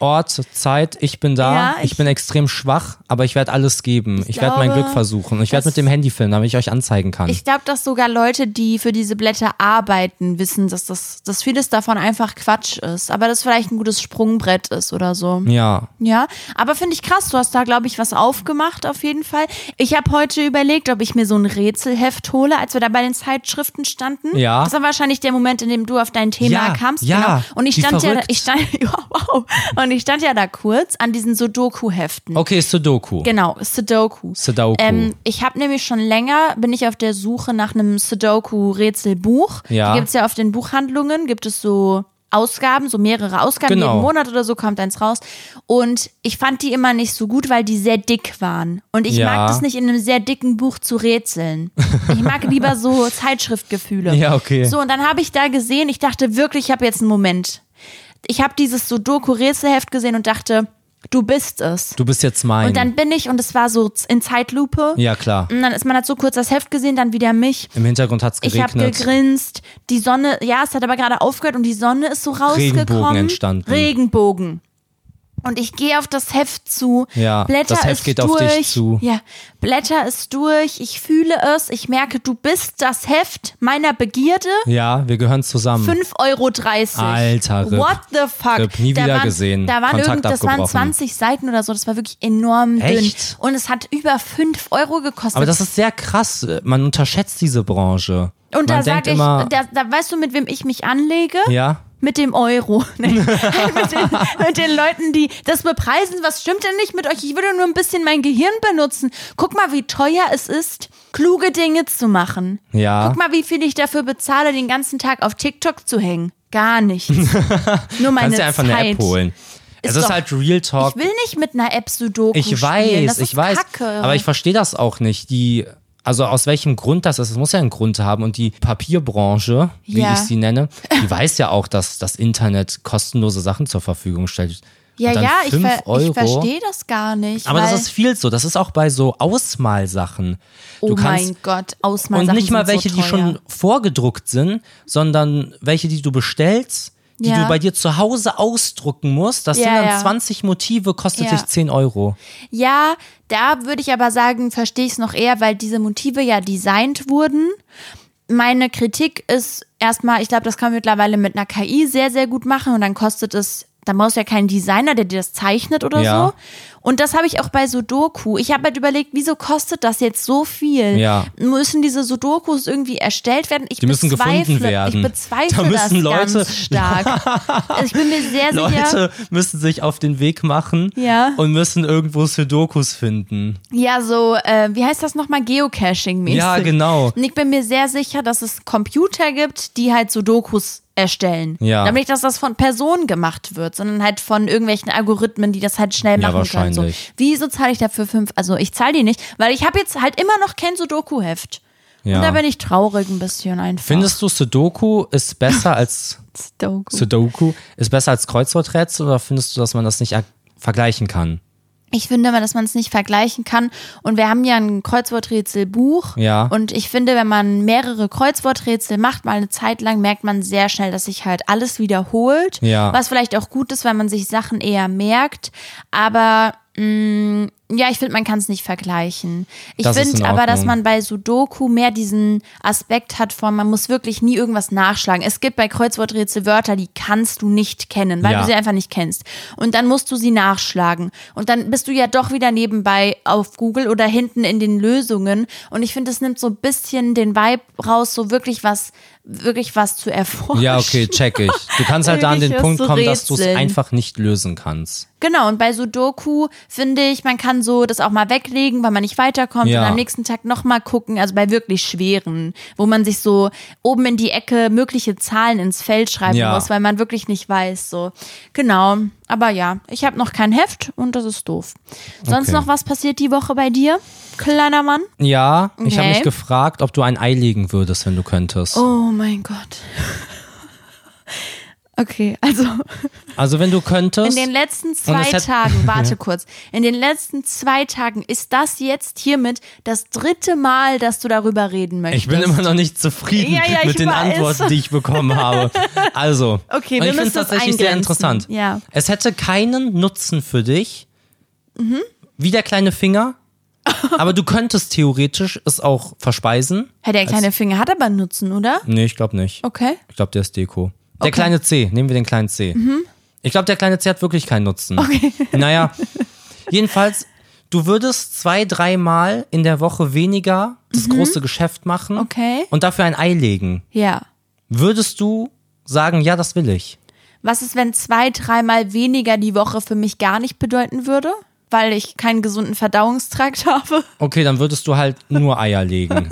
Ort, Zeit, ich bin da. Ja, ich, ich- bin extrem schwach, aber ich werde alles geben. Ich, werde mein glaube, Glück versuchen. Ich werde dass- mit dem Handy filmen, damit ich euch anzeigen kann. Ich glaube, dass sogar Leute, die für diese Blätter arbeiten, wissen, dass das dass vieles davon einfach Quatsch ist, aber das vielleicht ein gutes Sprungbrett ist oder so. ja. Ja, aber finde ich krass, du hast da, glaube ich, was aufgemacht auf jeden Fall. Ich habe heute überlegt, ob ich mir so ein Rätselheft hole, als wir da bei den Zeitschriften standen. Ja. Das war wahrscheinlich der Moment, in dem du auf dein Thema Ja, kamst. ja, genau. Und ich wie stand ja, da- verrückt. ich stand, ja, wow. Und ich stand ja da kurz an diesen Sudoku-Heften. Okay, Sudoku. Genau, Sudoku. Sudoku. Ähm, ich habe nämlich schon länger, bin ich auf der Suche nach einem Sudoku-Rätselbuch. Ja. Die gibt's ja oft in Buchhandlungen, gibt es so Ausgaben, so mehrere Ausgaben, Genau. jeden Monat oder so kommt eins raus. Und ich fand die immer nicht so gut, weil die sehr dick waren. Und ich Ja. mag das nicht, in einem sehr dicken Buch zu rätseln. Ich mag lieber so Zeitschriftgefühle. Ja, okay. So, und dann habe ich da gesehen, ich dachte wirklich, ich habe jetzt einen Moment. Ich habe dieses Sudoku-Rätselheft gesehen und dachte, du bist es. Du bist jetzt mein. Und dann bin ich, und es war so z- in Zeitlupe. Mhm. ja, klar. Und dann ist man hat so kurz das Heft gesehen, dann wieder mich. Im Hintergrund hat es Ich habe geregnet. gegrinst. Die Sonne, ja, es hat aber gerade aufgehört und die Sonne ist so rausgekommen. Regenbogen entstanden. Regenbogen. Und ich gehe auf das Heft zu. Ja, Blätter das Heft ist geht auf durch. dich zu. Ja, Blätter ist durch. Ich fühle es. Ich merke, du bist das Heft meiner Begierde. ja, wir gehören zusammen. 5,30 Euro. Alter, Ripp. What the fuck? Ripp, nie da wieder waren, gesehen. Da waren Kontakt irgend, das waren abgebrochen. 20 Seiten oder so. Das war wirklich enorm Echt? dünn. Und es hat über 5 Euro gekostet. aber das ist sehr krass. Man unterschätzt diese Branche. Man und da denkt sage ich, immer, da, da weißt du, mit wem ich mich anlege? ja, Mit dem Euro. Nee. mit, den, mit den Leuten, die das bepreisen. Was stimmt denn nicht mit euch? Ich würde nur ein bisschen mein Gehirn benutzen. Guck mal, wie teuer es ist, kluge Dinge zu machen. ja. Guck mal, wie viel ich dafür bezahle, den ganzen Tag auf TikTok zu hängen. Gar nichts. Nur meine Kannst dir einfach Zeit. eine App holen. es ist doch- halt Real Talk. Ich will nicht mit einer App Sudoku Ich spielen. weiß, Das ich ist weiß. Kacke. Aber ich verstehe das auch nicht. Die, also aus welchem Grund das ist, es muss ja einen Grund haben. Und die Papierbranche, wie Ja. ich sie nenne, die weiß ja auch, dass das Internet kostenlose Sachen zur Verfügung stellt. ja, Und dann ja, ich, fünf ver ich Euro. verstehe das gar nicht. Aber weil, das ist viel so. Das ist auch bei so Ausmalsachen. Du oh kannst mein Gott, Ausmaß. und nicht mal welche, so die teuer. schon vorgedruckt sind, sondern welche, die du bestellst, die Ja. du bei dir zu Hause ausdrucken musst. Das sind Ja, dann ja. 20 Motive, kostet Ja. dich 10 Euro. Ja, da würde ich aber sagen, verstehe ich es noch eher, weil diese Motive ja designt wurden. Meine Kritik ist erstmal, ich glaube, das kann man mittlerweile mit einer KI sehr, sehr gut machen und dann kostet es, dann brauchst du ja keinen Designer, der dir das zeichnet oder Ja. so. Und das habe ich auch bei Sudoku. Ich habe halt überlegt, wieso kostet das jetzt so viel? Ja. Müssen diese Sudokus irgendwie erstellt werden? Ich Die müssen bezweifle, gefunden werden. Ich bezweifle Da müssen das Leute- ganz stark. Also ich bin mir sehr sicher. Leute müssen sich auf den Weg machen Ja. und müssen irgendwo Sudokus finden. Ja, so, äh, wie heißt das nochmal? Geocaching-mäßig. Ja, genau. Und ich bin mir sehr sicher, dass es Computer gibt, die halt so Dokus erstellen. Ja. Damit nicht, dass das von Personen gemacht wird, sondern halt von irgendwelchen Algorithmen, die das halt schnell Ja, machen können. So. wahrscheinlich. Wieso zahle ich dafür fünf? Also ich zahle die nicht, weil ich habe jetzt halt immer noch kein Sudoku-Heft. Ja. Und da bin ich traurig ein bisschen einfach. Findest du Sudoku ist besser als Sudoku. Sudoku ist besser als Kreuzworträtsel oder findest du, dass man das nicht ak- vergleichen kann? Ich finde immer, dass man es nicht vergleichen kann. Und wir haben ja ein Kreuzworträtselbuch. Ja. Und ich finde, wenn man mehrere Kreuzworträtsel macht, mal eine Zeit lang, merkt man sehr schnell, dass sich halt alles wiederholt. Ja. Was vielleicht auch gut ist, weil man sich Sachen eher merkt. Aber mh, ja, ich finde, man kann es nicht vergleichen. Ich Das ist in finde aber, dass Ordnung. man bei Sudoku mehr diesen Aspekt hat von, man muss wirklich nie irgendwas nachschlagen. Es gibt bei Kreuzworträtsel Wörter, die kannst du nicht kennen, weil Ja. du sie einfach nicht kennst. Und dann musst du sie nachschlagen. Und dann bist du ja doch wieder nebenbei auf Google oder hinten in den Lösungen. Und ich finde, es nimmt so ein bisschen den Vibe raus, so wirklich was, wirklich was zu erforschen. Ja, okay, check ich. Du kannst halt da an den Wirklich, Punkt das kommen, dass du es Rätseln. einfach nicht lösen kannst. Genau, und bei Sudoku finde ich, man kann dann so das auch mal weglegen, weil man nicht weiterkommt Ja. und am nächsten Tag nochmal gucken, also bei wirklich schweren, wo man sich so oben in die Ecke mögliche Zahlen ins Feld schreiben Ja. muss, weil man wirklich nicht weiß, so. Genau, aber ja, ich habe noch kein Heft und das ist doof. Sonst Okay. noch was passiert die Woche bei dir, kleiner Mann? Ja, ich habe Okay. mich gefragt, ob du ein Ei legen würdest, wenn du könntest. Oh mein Gott. Okay, also Also wenn du könntest. in den letzten Und zwei es hat- Tagen, warte kurz, in den letzten zwei Tagen ist das jetzt hiermit das dritte Mal, dass du darüber reden möchtest. ich bin immer noch nicht zufrieden Ja, ja, ich mit den weiß. Antworten, die ich bekommen habe. Also, und ich Okay, wir finde es müssen das tatsächlich sehr eingrenzen. interessant. Ja. Es hätte keinen Nutzen für dich, wie der kleine Finger, aber du könntest theoretisch es auch verspeisen. Hey, der kleine Finger hat aber einen Nutzen, oder? Nee, ich glaube nicht. Okay. Ich glaube, der ist Deko. Der kleine C, nehmen wir den kleinen C. Mhm. Ich glaube, der kleine C hat wirklich keinen Nutzen. Okay. Naja, jedenfalls, du würdest zwei, dreimal in der Woche weniger das große Geschäft machen Mhm. Okay. und dafür ein Ei legen. Ja. Würdest du sagen, ja, das will ich? Was ist, wenn zwei, dreimal weniger die Woche für mich gar nicht bedeuten würde? Weil ich keinen gesunden Verdauungstrakt habe. Okay, dann würdest du halt nur Eier legen.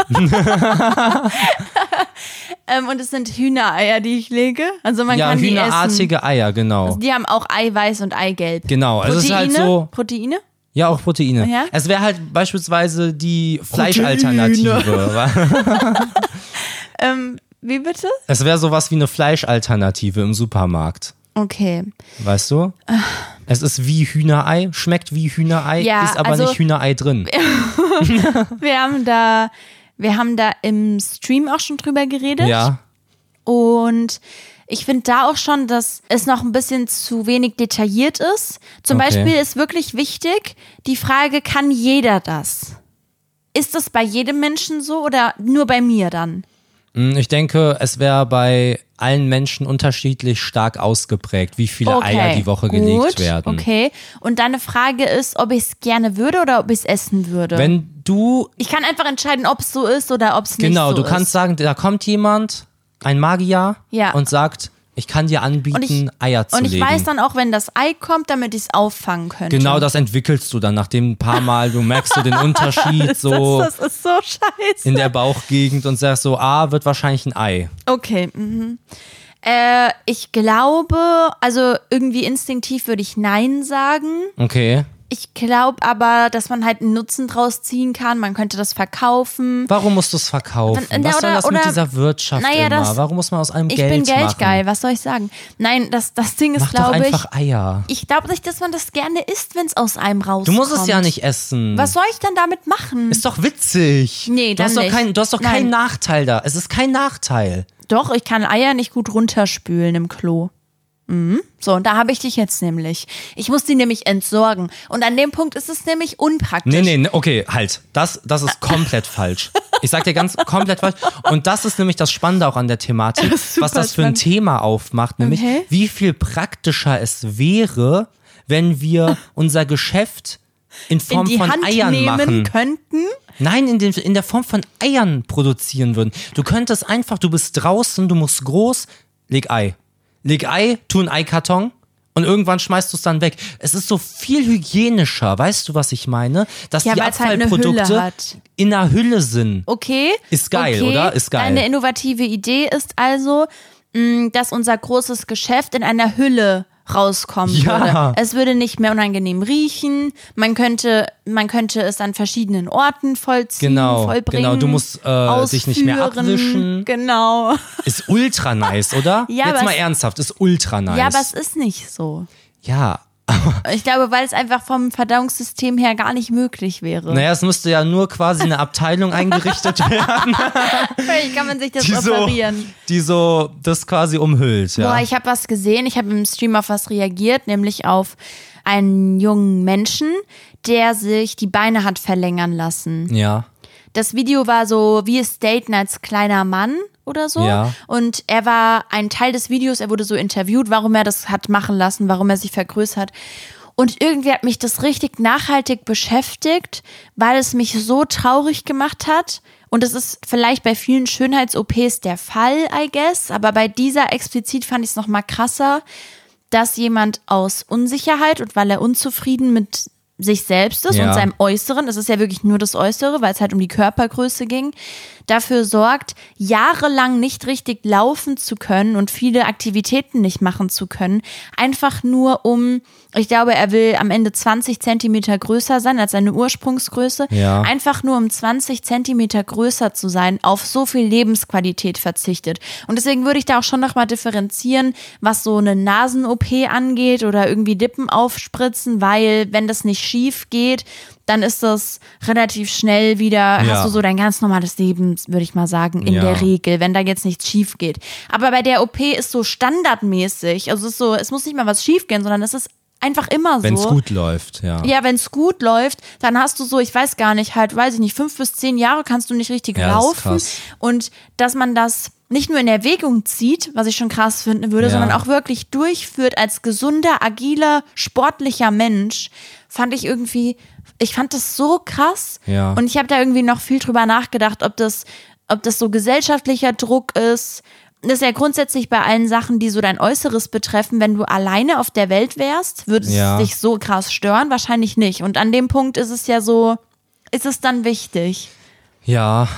Ähm, und es sind Hühnereier, die ich lege. Also man ja, kann die essen. hühnerartige Eier, genau. Die haben auch Eiweiß und Eigelb. Genau, also es ist halt so- Proteine? Ja, auch Proteine. Ja? Es wäre halt beispielsweise die Fleischalternative. wa? Wie bitte? Es wäre sowas wie eine Fleischalternative im Supermarkt. Okay. Weißt du? Ah. Es ist wie Hühnerei, schmeckt wie Hühnerei, Ja, ist aber also- nicht Hühnerei drin. Wir haben da, wir haben da im Stream auch schon drüber geredet. Ja. Und ich finde da auch schon, dass es noch ein bisschen zu wenig detailliert ist. Zum Okay. Beispiel ist wirklich wichtig die Frage, kann jeder das? Ist das bei jedem Menschen so oder nur bei mir dann? Hm, Ich denke, es wäre bei allen Menschen unterschiedlich stark ausgeprägt, wie viele Eier die Woche gut, gelegt werden. Okay. Und deine Frage ist, ob ich es gerne würde oder ob ich es essen würde. Wenn du, ich kann einfach entscheiden, ob es so ist oder ob es nicht so genau, ist. du kannst sagen, da kommt jemand, ein Magier, Ja. und sagt, ich kann dir anbieten, Eier zu Und ich legen. weiß dann auch, wenn das Ei kommt, damit ich es auffangen könnte. genau das entwickelst du dann, nachdem ein paar Mal, du merkst so den Unterschied so Das, das ist so scheiße. in der Bauchgegend und sagst so, ah, wird wahrscheinlich ein Ei. Okay. Mhm. Äh, ich glaube, also irgendwie instinktiv würde ich Nein sagen. Okay. Ich glaube aber, dass man halt einen Nutzen draus ziehen kann. Man könnte das verkaufen. Warum musst du es verkaufen? Dann- Was soll oder- das mit oder- dieser Wirtschaft Naja, immer? das- Warum muss man aus allem Ich Geld bin machen? geldgeil, was soll ich sagen? Nein, das, das Ding ist, Mach doch glaube ich. einfach Eier. Ich glaube nicht, dass man das gerne isst, wenn es aus einem rauskommt. Du musst es ja nicht essen. Was soll ich dann damit machen? Ist doch witzig. Nee, du dann hast doch nicht. keinen, du hast doch keinen Nein. Nachteil da. Es ist kein Nachteil. Doch, ich kann Eier nicht gut runterspülen im Klo. Mhm. So, und da habe ich dich jetzt nämlich. Ich muss die nämlich entsorgen. Und an dem Punkt ist es nämlich unpraktisch. Nee, nee, nee, okay, halt. Das, das ist komplett falsch. Ich sag dir ganz komplett falsch. Und das ist nämlich das Spannende auch an der Thematik, ist super was das für ein spannend. Thema aufmacht, nämlich Okay. wie viel praktischer es wäre, wenn wir unser Geschäft in In Form die von Hand Eiern nehmen machen. könnten. Nein, in, den, in der Form von Eiern produzieren würden. Du könntest einfach, du bist draußen, du musst groß, leg Ei. Leg Ei, tu einen Eikarton und irgendwann schmeißt du es dann weg. Es ist so viel hygienischer, weißt du, was ich meine? Dass Ja, die weil's halt eine Abfallprodukte Hülle hat. in einer Hülle sind. Okay. Ist geil, okay. oder? Ist geil. Eine innovative Idee ist also, mh, dass unser großes Geschäft in einer Hülle rauskommen Ja. würde. Es würde nicht mehr unangenehm riechen. Man könnte, man könnte es an verschiedenen Orten vollziehen, Genau, vollbringen. genau. Du musst, äh, dich nicht mehr ausführen. abwischen. Genau. Ist ultra nice, oder? Ja, Jetzt aber mal es- ernsthaft, ist ultra nice. Ja, aber es ist nicht so. ja. Ich glaube, weil es einfach vom Verdauungssystem her gar nicht möglich wäre. Naja, es müsste ja nur quasi eine Abteilung eingerichtet werden, Vielleicht kann man sich das die so, operieren. die so das quasi umhüllt. Ja. Boah, ich habe was gesehen. Ich habe im Stream auf was reagiert, nämlich auf einen jungen Menschen, der sich die Beine hat verlängern lassen. ja. Das Video war so wie es Dayton als kleiner Mann oder so. Ja. Und er war ein Teil des Videos, er wurde so interviewt, warum er das hat machen lassen, warum er sich vergrößert. Und irgendwie hat mich das richtig nachhaltig beschäftigt, weil es mich so traurig gemacht hat. Und das ist vielleicht bei vielen Schönheits-OPs der Fall, I guess. Aber bei dieser explizit fand ich es nochmal krasser, dass jemand aus Unsicherheit und weil er unzufrieden mit sich selbst ist Ja. und seinem Äußeren, es ist ja wirklich nur das Äußere, weil es halt um die Körpergröße ging, dafür sorgt, jahrelang nicht richtig laufen zu können und viele Aktivitäten nicht machen zu können, einfach nur um, ich glaube, er will am Ende 20 Zentimeter größer sein als seine Ursprungsgröße, Ja. einfach nur um 20 Zentimeter größer zu sein, auf so viel Lebensqualität verzichtet. Und deswegen würde ich da auch schon nochmal differenzieren, was so eine Nasen-OP angeht oder irgendwie Lippen aufspritzen, weil wenn das nicht schief geht, dann ist das relativ schnell wieder, Ja. hast du so dein ganz normales Leben, würde ich mal sagen, in Ja. der Regel, wenn da jetzt nichts schief geht. Aber bei der OP ist so standardmäßig, also es ist so, es muss nicht mal was schief gehen, sondern es ist einfach immer Wenn es so. gut läuft, ja. Ja, wenn es gut läuft, dann hast du so, ich weiß gar nicht, halt, weiß ich nicht, fünf bis zehn Jahre kannst du nicht richtig Ja, das ist laufen. krass. Und dass man das nicht nur in Erwägung zieht, was ich schon krass finden würde, Ja. sondern auch wirklich durchführt als gesunder, agiler, sportlicher Mensch, fand ich irgendwie, ich fand das so krass. Ja. Und ich habe da irgendwie noch viel drüber nachgedacht, ob das, ob das so gesellschaftlicher Druck ist. Das ist ja grundsätzlich bei allen Sachen, die so dein Äußeres betreffen, wenn du alleine auf der Welt wärst, würde es Ja. dich so krass stören? Wahrscheinlich nicht. Und an dem Punkt ist es ja so, ist es dann wichtig. Ja.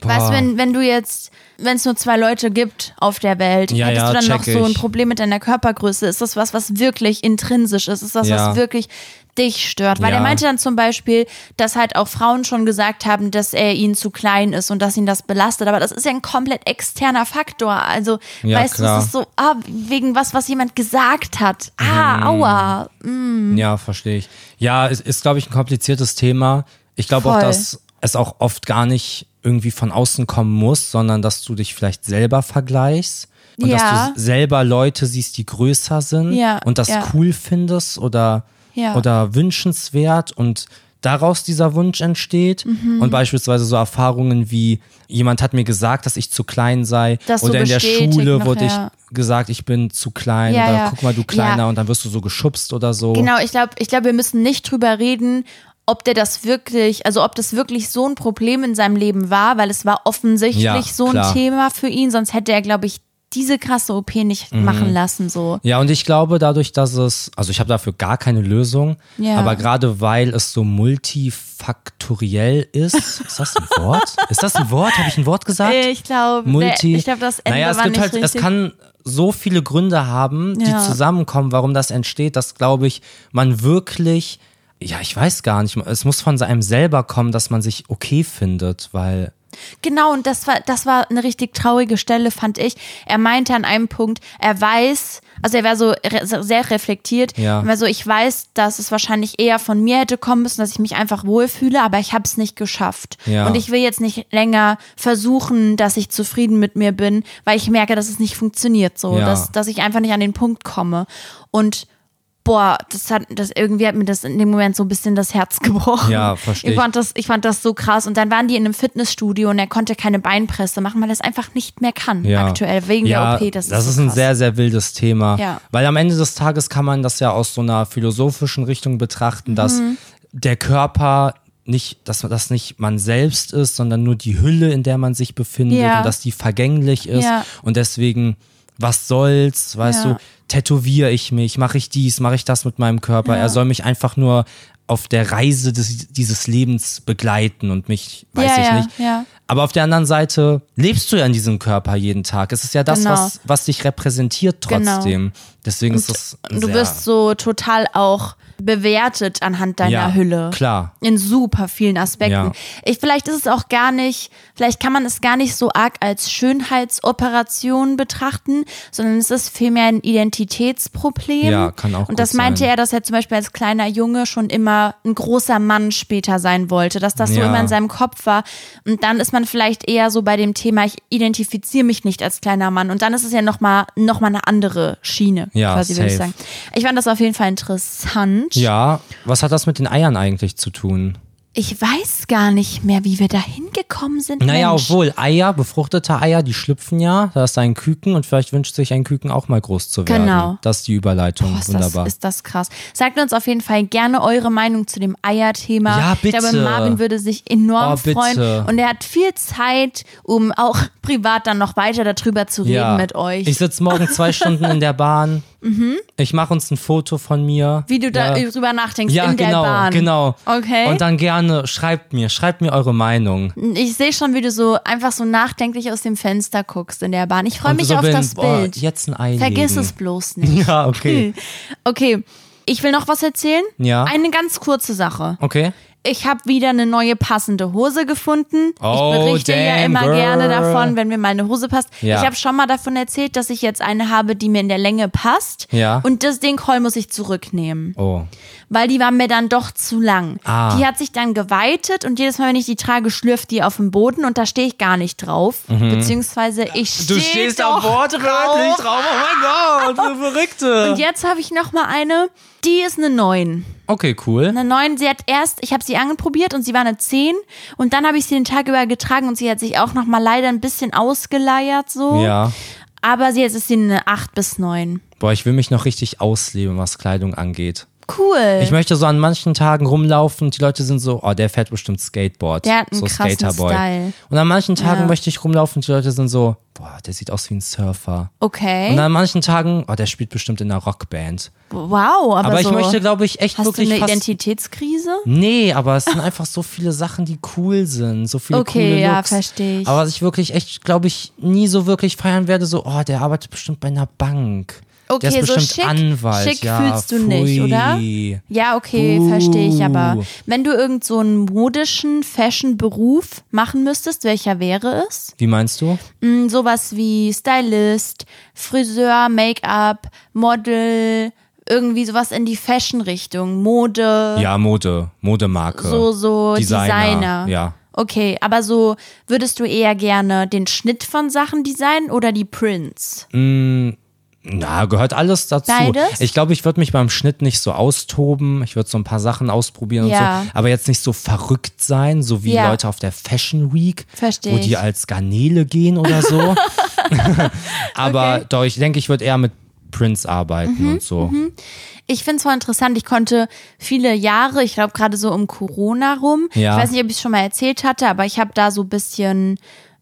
Boah. Weißt du, wenn, wenn du jetzt, wenn es nur zwei Leute gibt auf der Welt, Ja, hättest ja, du dann noch check so ein ich. Problem mit deiner Körpergröße? Ist das was, was wirklich intrinsisch ist? Ist das Ja. was wirklich dich stört? Weil Ja. er meinte dann zum Beispiel, dass halt auch Frauen schon gesagt haben, dass er ihnen zu klein ist und dass ihn das belastet. Aber das ist ja ein komplett externer Faktor. Also, Ja, weißt klar. du, es ist so, ah, wegen was, was jemand gesagt hat. Ah, Mhm. aua. Mhm. Ja, verstehe ich. Ja, es ist, glaube ich, ein kompliziertes Thema. Ich glaube auch, Voll. dass es auch oft gar nicht irgendwie von außen kommen muss, sondern dass du dich vielleicht selber vergleichst und Ja. dass du selber Leute siehst, die größer sind Ja, und das ja. cool findest oder, Ja. oder wünschenswert und daraus dieser Wunsch entsteht Mhm. und beispielsweise so Erfahrungen wie jemand hat mir gesagt, dass ich zu klein sei Das so oder in der bestätigt Schule noch, wurde ja. ich gesagt, ich bin zu klein Ja, oder ja. guck mal, du Ja. kleiner und dann wirst du so geschubst oder so. Genau, ich glaube, ich glaub, wir müssen nicht drüber reden, ob der das wirklich, also ob das wirklich so ein Problem in seinem Leben war, weil es war offensichtlich Ja, so ein klar. Thema für ihn, sonst hätte er, glaube ich, diese krasse OP nicht Mhm. machen lassen, so. Ja, und ich glaube, dadurch, dass es, also ich habe dafür gar keine Lösung, Ja. aber gerade weil es so multifaktoriell ist, ist das ein Wort? ist das ein Wort? Habe ich ein Wort gesagt? Äh, Ich glaube, Multi. ich glaube, das Ende naja, es war gibt nicht halt, richtig. es kann so viele Gründe haben, die Ja. zusammenkommen, warum das entsteht, dass glaube ich, man wirklich, ja, ich weiß gar nicht, es muss von einem selber kommen, dass man sich okay findet, weil Genau, und das war, das war eine richtig traurige Stelle, fand ich. Er meinte an einem Punkt, er weiß, also er war so re sehr reflektiert, Ja. er war so, ich weiß, dass es wahrscheinlich eher von mir hätte kommen müssen, dass ich mich einfach wohlfühle, aber ich habe es nicht geschafft. Ja. Und ich will jetzt nicht länger versuchen, dass ich zufrieden mit mir bin, weil ich merke, dass es nicht funktioniert so, Ja. dass, dass ich einfach nicht an den Punkt komme. Und boah, das hat, das irgendwie hat mir das in dem Moment so ein bisschen das Herz gebrochen. Ja, versteh Ich ich. fand das, ich fand das so krass. Und dann waren die in einem Fitnessstudio und er konnte keine Beinpresse machen, weil er es einfach nicht mehr kann ja. aktuell wegen ja, der OP. Das, das so ist, ein krass. sehr, sehr wildes Thema. Ja. Weil am Ende des Tages kann man das ja aus so einer philosophischen Richtung betrachten, dass Mhm. der Körper nicht, dass das nicht man selbst ist, sondern nur die Hülle, in der man sich befindet Ja. und dass die vergänglich ist. Ja. Und deswegen, was soll's, weißt Ja. du, tätowiere ich mich, mache ich dies, mache ich das mit meinem Körper. Er soll mich einfach nur auf der Reise des, dieses Lebens begleiten und mich, weiß Ja, ich ja, nicht. ja. Aber auf der anderen Seite lebst du ja in diesem Körper jeden Tag. Es ist ja das, Genau. was, was dich repräsentiert Genau. trotzdem. Deswegen ist das ein Du sehr wirst so total auch bewertet anhand deiner ja, Hülle. Klar. In super vielen Aspekten. Ja. Ich, vielleicht ist es auch gar nicht, vielleicht kann man es gar nicht so arg als Schönheitsoperation betrachten, sondern es ist vielmehr ein Identitätsproblem. Ja, kann auch gut Und das meinte sein. er, dass er zum Beispiel als kleiner Junge schon immer ein großer Mann später sein wollte, dass das so Ja. immer in seinem Kopf war. Und dann ist man vielleicht eher so bei dem Thema, ich identifiziere mich nicht als kleiner Mann. Und dann ist es ja nochmal noch mal eine andere Schiene, Ja, quasi, würde ich safe. sagen. Ich fand das auf jeden Fall interessant. Ja, was hat das mit den Eiern eigentlich zu tun? Ich weiß gar nicht mehr, wie wir da hingekommen sind. Naja, Mensch. obwohl Eier, befruchtete Eier, die schlüpfen ja, da ist ein Küken und vielleicht wünscht sich ein Küken auch mal groß zu werden. Genau. Das ist die Überleitung. Boah, ist Wunderbar. Das, ist das krass. Sagt uns auf jeden Fall gerne eure Meinung zu dem Eierthema. Ja, bitte. Ich glaube, Marvin würde sich enorm Oh, bitte. freuen. Und er hat viel Zeit, um auch privat dann noch weiter darüber zu reden ja. mit euch. Mhm. Ich sitze morgen zwei Stunden in der Bahn. Ich mache uns ein Foto von mir. Wie du da Ja. drüber nachdenkst Ja, in der genau, Bahn. genau. Okay. Und dann gerne schreibt mir, schreibt mir eure Meinung. Ich sehe schon, wie du so einfach so nachdenklich aus dem Fenster guckst in der Bahn. Ich freue Und mich Also so auf bin, oh, das boah, Bild. Jetzt ein Ei Vergiss legen. es Hm. bloß nicht. Ja, okay. Okay, ich will noch was erzählen. Ja. Eine ganz kurze Sache. Okay. Ich habe wieder eine neue passende Hose gefunden. Oh, ich berichte ja damn, immer girl. gerne davon, wenn mir mal eine Hose passt. Ja. Ich habe schon mal davon erzählt, dass ich jetzt eine habe, die mir in der Länge passt. Ja. Und das Ding Kohl muss ich zurücknehmen, Oh. weil die war mir dann doch zu lang. Ah. Die hat sich dann geweitet und jedes Mal, wenn ich die trage, schlürft die auf den Boden und da stehe ich gar nicht drauf. Beziehungsweise ich stehe Mhm. Du stehst doch am Wortrad drauf. nicht drauf. Oh mein Gott, du Verrückte. Und jetzt habe ich noch mal eine, die ist eine 9. Okay, cool. Eine 9, sie hat erst, ich habe sie angeprobiert und sie war eine 10 und dann habe ich sie den Tag über getragen und sie hat sich auch noch mal leider ein bisschen ausgeleiert so. Ja. Aber sie, jetzt ist sie eine 8 bis 9. Boah, ich will mich noch richtig ausleben, was Kleidung angeht. Cool. Ich möchte so an manchen Tagen rumlaufen und die Leute sind so, oh, der fährt bestimmt Skateboard. Der hat einen so krassen Style. Und an manchen Tagen Ja. möchte ich rumlaufen und die Leute sind so, boah, der sieht aus wie ein Surfer. okay. Und an manchen Tagen, oh, der spielt bestimmt in einer Rockband. wow, aber, Aber, ich so, möchte, glaube ich, echt Also, hast du wirklich eine fast Identitätskrise? Nee, aber es sind einfach so viele Sachen, die cool sind. So viele Okay, coole ja, Looks. versteh ich. Aber was ich wirklich echt, glaube ich, nie so wirklich feiern werde, so, oh, der arbeitet bestimmt bei einer Bank. Okay, der ist so bestimmt schick- Anwalt. schick ja, fühlst du pfui. nicht, oder? Ja, okay, Buh. verstehe ich, Uh. aber wenn du irgend so einen modischen Fashion-Beruf machen müsstest, welcher wäre es? Wie meinst du? Mm, Sowas wie Stylist, Friseur, Make-up, Model, irgendwie sowas in die Fashion-Richtung, Mode, Ja, Mode, Modemarke. so, so Designer. Designer. Ja. Okay, aber so würdest du eher gerne den Schnitt von Sachen designen oder die Prints? Na, gehört alles dazu. Beides? Ich glaube, ich würde mich beim Schnitt nicht so austoben. Ich würde so ein paar Sachen ausprobieren Ja. und so. Aber jetzt nicht so verrückt sein, so wie Ja. Leute auf der Fashion Week, Versteh wo die ich. als Garnele gehen oder so. Aber doch, ich denke, ich würde eher mit Prints arbeiten Mhm, und so. Ich finde es voll interessant. Ich konnte viele Jahre, ich glaube gerade so um Corona rum, Ja. ich weiß nicht, ob ich es schon mal erzählt hatte, aber ich habe da so ein bisschen,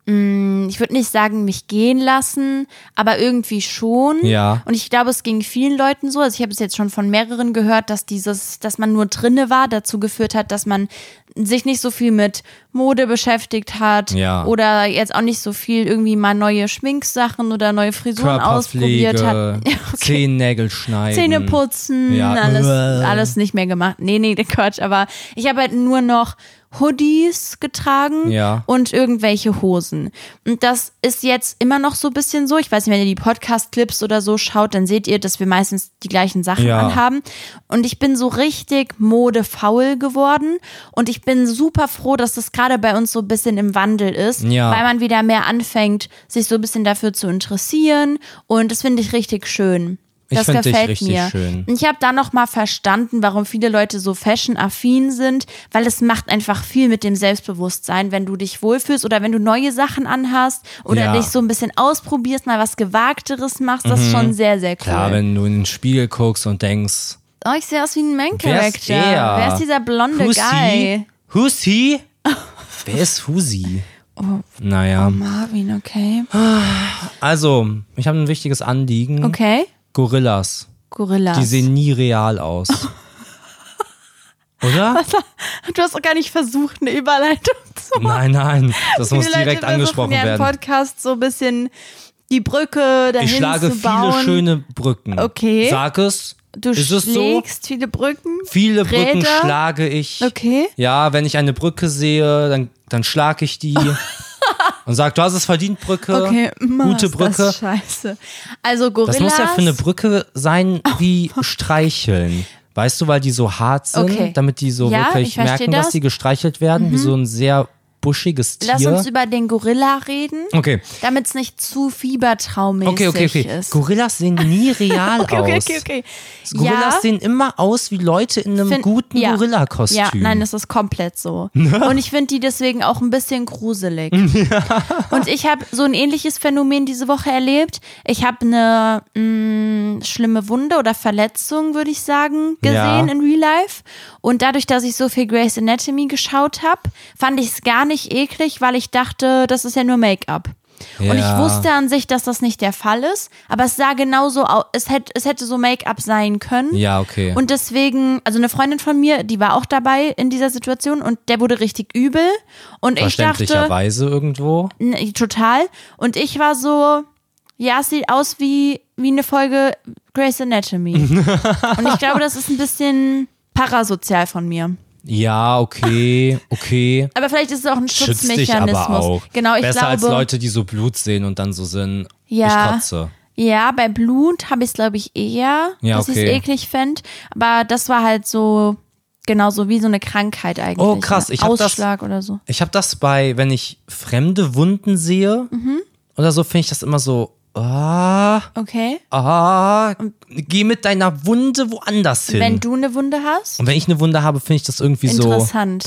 mh, ich würde nicht sagen, mich gehen lassen, aber irgendwie schon. Ja. Und ich glaube, es ging vielen Leuten so. Also ich habe es jetzt schon von mehreren gehört, dass dieses, dass man nur drinne war, dazu geführt hat, dass man sich nicht so viel mit Mode beschäftigt hat Ja. oder jetzt auch nicht so viel irgendwie mal neue Schminksachen oder neue Frisuren ausprobiert Körperpflege, hat. Zehennägel schneiden. Zähne putzen, Ja. alles, Uah. alles nicht mehr gemacht. Nee, nee, Quatsch. Aber ich habe halt nur noch Hoodies getragen Ja. und irgendwelche Hosen. Und das ist jetzt immer noch so ein bisschen so. Ich weiß nicht, wenn ihr die Podcast-Clips oder so schaut, dann seht ihr, dass wir meistens die gleichen Sachen Ja. anhaben. Und ich bin so richtig modefaul geworden. Und ich bin super froh, dass das gerade bei uns so ein bisschen im Wandel ist, Ja. weil man wieder mehr anfängt, sich so ein bisschen dafür zu interessieren. Und das finde ich richtig schön. Ich Das find dich gefällt richtig mir. schön. Und Ich habe da noch mal verstanden, warum viele Leute so fashion-affin sind, weil es macht einfach viel mit dem Selbstbewusstsein, wenn du dich wohlfühlst oder wenn du neue Sachen anhast oder Ja. Mhm. dich so ein bisschen ausprobierst, mal was Gewagteres machst, das ist schon sehr, sehr cool. Klar, wenn du in den Spiegel guckst und denkst, oh, ich sehe aus wie ein Main Wer ist Character. er? Wer ist dieser blonde who's Guy? he? Who's he? Wer ist Husi? Oh. Naja. Marvin, okay. Hm? Also, ich habe ein wichtiges Anliegen. Okay. Gorillas. Gorillas. Die sehen nie real aus. Oder? du hast auch gar nicht versucht, eine Überleitung zu Nein, nein. Das muss Viele Leute direkt versuchen angesprochen ja im werden. Podcast so ein bisschen die Brücke dahin Ich schlage zu viele bauen. schöne Brücken. Okay. Sag es. Du ist es so? schlägst viele Brücken. Viele Brücken Räder? schlage ich. Okay. Ja, wenn ich eine Brücke sehe, dann, dann schlage ich die. und sag, du hast es verdient, Brücke. Okay, Mann, Gute ist Brücke. Das scheiße. Also Gorillas. Das muss ja für eine Brücke sein Oh, wie Streicheln. Weißt du, weil die so hart sind, Okay. damit die so Ja, ich wirklich verstehe merken, das. Mhm. dass sie gestreichelt werden, wie so ein sehr buschiges Tier. Lass uns über den Gorilla reden, okay. damit es nicht zu fiebertraumäßig Okay, okay, okay. ist. Gorillas sehen nie real Okay, okay, aus. okay, okay. Gorillas ja. sehen immer aus wie Leute in einem find- guten ja. Gorilla-Kostüm. Ne? Ja, nein, das ist komplett so. Und ich finde die deswegen auch ein bisschen gruselig. Und ich habe so ein ähnliches Phänomen diese Woche erlebt. Ich habe eine mh, schlimme Wunde oder Verletzung, würde ich sagen, gesehen Ja. in Real Life. Und dadurch, dass ich so viel Grey's Anatomy geschaut habe, fand ich es gar nicht eklig, weil ich dachte, das ist ja nur Make-up. Und ich Ja. wusste an sich, dass das nicht der Fall ist, aber es sah genauso aus, es hätte, es hätte so Make-up sein können. Ja, okay. Und deswegen, also eine Freundin von mir, die war auch dabei in dieser Situation und der wurde richtig übel. Und ich dachte, Verständlicherweise irgendwo. N- total. Und ich war so, ja, es sieht aus wie, wie eine Folge Grey's Anatomy. und ich glaube, das ist ein bisschen parasozial von mir. Ja, okay, okay. Aber vielleicht ist es auch ein Schützt Schutzmechanismus. dich aber auch. Genau, ich Besser glaube. als Leute, die so Blut sehen und dann so sind, Ja. ich kotze. Ja, bei Blut habe ich es, glaube ich, eher, Ja, dass ich es okay. eklig fänd. Aber das war halt so, genau so wie so eine Krankheit eigentlich. Oh, krass, ne? ich hab das- Ausschlag oder so. Ich habe das bei, wenn ich fremde Wunden sehe Mhm. oder so, finde ich das immer so, ah, Okay. ah, geh mit deiner Wunde woanders hin. Wenn du eine Wunde hast. und wenn ich eine Wunde habe, finde ich das irgendwie so, Interessant.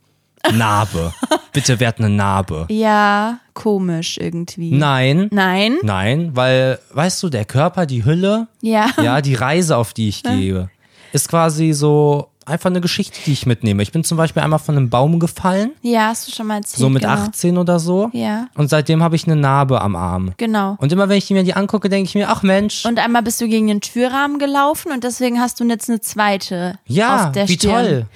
Narbe. Bitte werd eine Narbe. Ja, komisch irgendwie. Nein, Nein? nein, weil, weißt du, der Körper, die Hülle, Ja. ja, die Reise, auf die ich gehe, ist quasi so einfach eine Geschichte, die ich mitnehme. Ich bin zum Beispiel einmal von einem Baum gefallen, Ja, hast du schon mal erzählt. so mit genau. 18 oder so. Ja. Und seitdem habe ich eine Narbe am Arm. Genau. Und immer wenn ich mir die angucke, denke ich mir, ach Mensch, Und einmal bist du gegen den Türrahmen gelaufen und deswegen hast du jetzt eine zweite. ja, auf der wie Stirn. toll.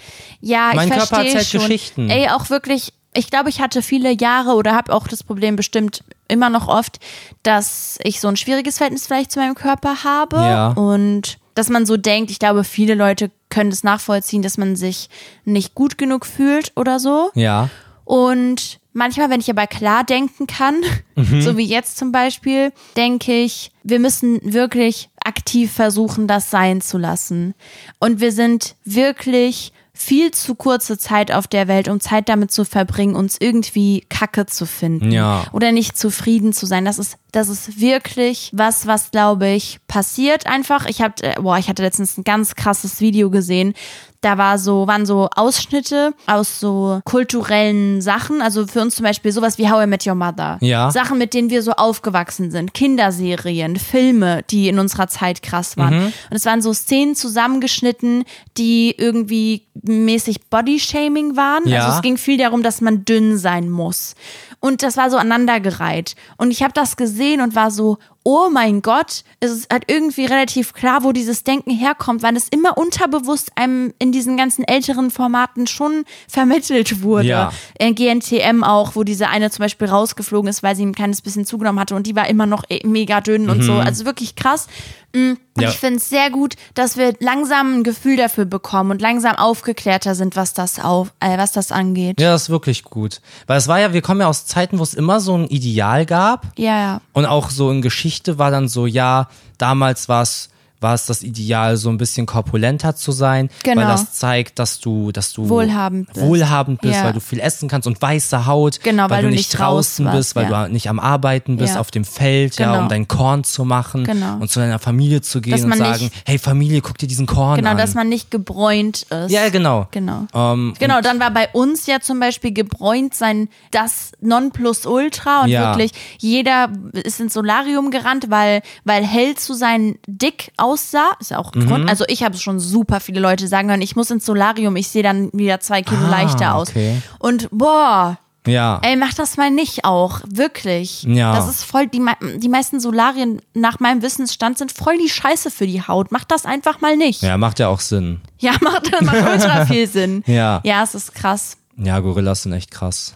Ja, Mein ich Körper verstehe erzählt schon. Geschichten. Ey, auch wirklich, ich glaube, ich hatte viele Jahre oder habe auch das Problem bestimmt immer noch oft, dass ich so ein schwieriges Verhältnis vielleicht zu meinem Körper habe Ja. und dass man so denkt, ich glaube, viele Leute können das nachvollziehen, dass man sich nicht gut genug fühlt oder so. Ja, Und manchmal, wenn ich aber klar denken kann, so wie jetzt zum Beispiel, denke ich, wir müssen wirklich aktiv versuchen, das sein zu lassen. Und wir sind wirklich viel zu kurze Zeit auf der Welt, um Zeit damit zu verbringen, uns irgendwie Kacke zu finden Ja. oder nicht zufrieden zu sein. Das ist, das ist wirklich was, was glaube ich passiert einfach. Ich habe, boah, ich hatte letztens ein ganz krasses Video gesehen. Da war so, waren so Ausschnitte aus so kulturellen Sachen. Also für uns zum Beispiel sowas wie How I Met Your Mother. Ja. Sachen, mit denen wir so aufgewachsen sind. Kinderserien, Filme, die in unserer Zeit krass waren. Mhm. Und es waren so Szenen zusammengeschnitten, die irgendwie mäßig Bodyshaming waren. Ja. Also es ging ging viel darum, dass man dünn sein muss. Und das war so aneinandergereiht. Und ich habe das gesehen und war so, oh mein Gott, es ist halt irgendwie relativ klar, wo dieses Denken herkommt, weil es immer unterbewusst einem in diesen ganzen älteren Formaten schon vermittelt wurde. Ja. Äh, GNTM auch, wo diese eine zum Beispiel rausgeflogen ist, weil sie ein kleines bisschen zugenommen hatte und die war immer noch eh mega dünn und so. Also wirklich krass. Mm, Mhm. Und Ja. ich finde es sehr gut, dass wir langsam ein Gefühl dafür bekommen und langsam aufgeklärter sind, was das, auf, äh, was das angeht. ja, das ist wirklich gut. Weil es war ja, wir kommen ja aus Zeiten, wo es immer so ein Ideal gab. Ja, ja. Und auch so in Geschichte war dann so, ja, damals war es war es das Ideal, so ein bisschen korpulenter zu sein, Genau. weil das zeigt, dass du, dass du Wohlhabend bist. wohlhabend bist, Ja. weil du viel essen kannst und weiße Haut, Genau, weil, du nicht draußen raus bist, weil warst, ja. du nicht am Arbeiten bist, Ja. auf dem Feld, ja, Genau. um dein Korn zu machen Genau. und zu deiner Familie zu gehen Dass und man sagen, nicht- hey Familie, guck dir diesen Korn Genau, an. dass man nicht gebräunt ist. ja, genau. Genau. Ähm, Genau, dann war bei uns ja zum Beispiel gebräunt sein das Nonplusultra und Ja. wirklich jeder ist ins Solarium gerannt, weil, weil hell zu sein dick aussah. Ist ja auch ein Mhm. Grund. Also ich habe schon super viele Leute sagen hören, ich muss ins Solarium, ich sehe dann wieder zwei Kilo Ah, leichter aus. okay. Und boah, Ja. Genau. Ey, mach das mal nicht auch. Wirklich. Ja. Das ist voll, die, mei- die meisten Solarien nach meinem Wissensstand sind voll die Scheiße für die Haut. Mach das einfach mal nicht. Ja, ja, macht ja auch Sinn. macht, macht ultra viel Sinn. Ja. Ja, es ist krass. Ja, Gorillas sind echt krass.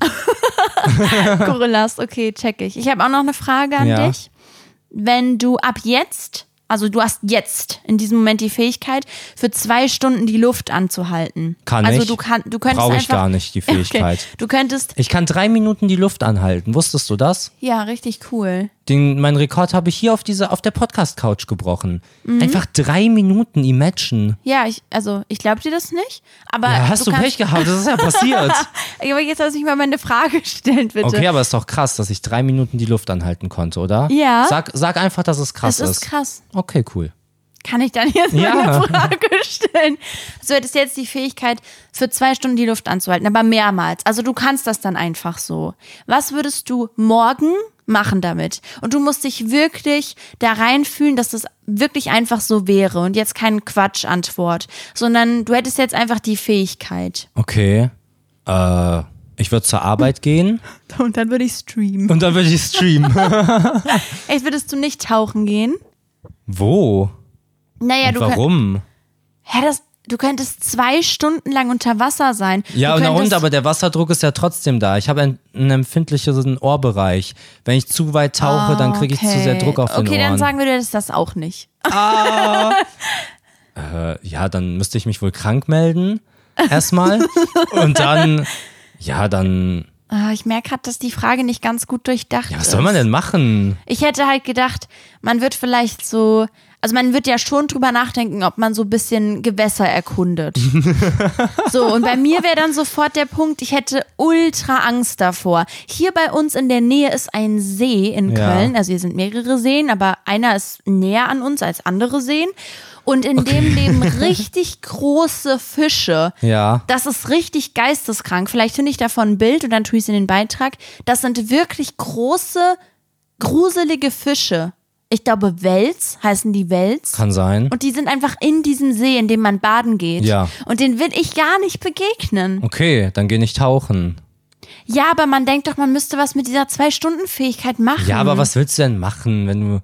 Gorillas, okay, check ich. Ich habe auch noch eine Frage an Ja. dich. Wenn du ab jetzt, also du hast jetzt in diesem Moment die Fähigkeit, für zwei Stunden die Luft anzuhalten. Kann also ich. Du kann, du könntest Brauche ich einfach, gar nicht, die Fähigkeit. Okay. Du könntest, Ich kann drei Minuten die Luft anhalten. Wusstest du das? ja, richtig cool. Den, meinen Rekord habe ich hier auf, diese, auf der Podcast-Couch gebrochen. Mhm. Einfach drei Minuten imagine. Ja, ich, also ich glaube dir das nicht. Aber Ja, hast du, Äh, Pech kannst- gehabt? Das ist ja passiert. Ja, Aber jetzt lass mich mal meine Frage stellen, bitte. Okay, aber ist doch krass, dass ich drei Minuten die Luft anhalten konnte, oder? Ja. Sag, sag einfach, dass es krass das ist krass. Okay, cool. Kann ich dann jetzt Ja. meine Frage stellen? So, hättest jetzt die Fähigkeit, für zwei Stunden die Luft anzuhalten, aber mehrmals. Also du kannst das dann einfach so. Was würdest du morgen machen damit? Und du musst dich wirklich da reinfühlen, dass das wirklich einfach so wäre und jetzt keine Quatschantwort, sondern du hättest jetzt einfach die Fähigkeit. Okay. Äh, Ich würde zur Arbeit gehen Und dann würde ich streamen. und dann würde ich streamen. Echt, würdest du nicht tauchen gehen? Wo? Naja, du, könnt, Warum? Hä, das, du könntest zwei Stunden lang unter Wasser sein. Ja, du na könntest- und, aber der Wasserdruck ist ja trotzdem da. Ich habe einen, einen empfindlicheren Ohrbereich. Wenn ich zu weit tauche, dann kriege ich zu sehr Druck auf den Okay, Ohren. dann sagen wir dir das, das auch nicht. äh, ja, dann müsste ich mich wohl krank melden. Erstmal. und dann, ja, dann, Ah, ich merke halt, dass die Frage nicht ganz gut durchdacht ja, was ist. soll man denn machen? Ich hätte halt gedacht, man wird vielleicht so, also man wird ja schon drüber nachdenken, ob man so ein bisschen Gewässer erkundet. so, und bei mir wäre dann sofort der Punkt, ich hätte ultra Angst davor. Hier bei uns in der Nähe ist ein See in Ja. Köln, also hier sind mehrere Seen, aber einer ist näher an uns als andere Seen. Und in dem leben richtig große Fische. Ja. Das ist richtig geisteskrank. Vielleicht finde ich davon ein Bild und dann tue ich es in den Beitrag. Das sind wirklich große, gruselige Fische. Ich glaube, Wels heißen die Wels. Kann sein. Und die sind einfach in diesem See, in dem man baden geht. Ja. Und den will ich gar nicht begegnen. Okay, dann geh nicht tauchen. Ja, aber man denkt doch, man müsste was mit dieser Zwei-Stunden-Fähigkeit machen. Ja, aber was willst du denn machen, wenn du.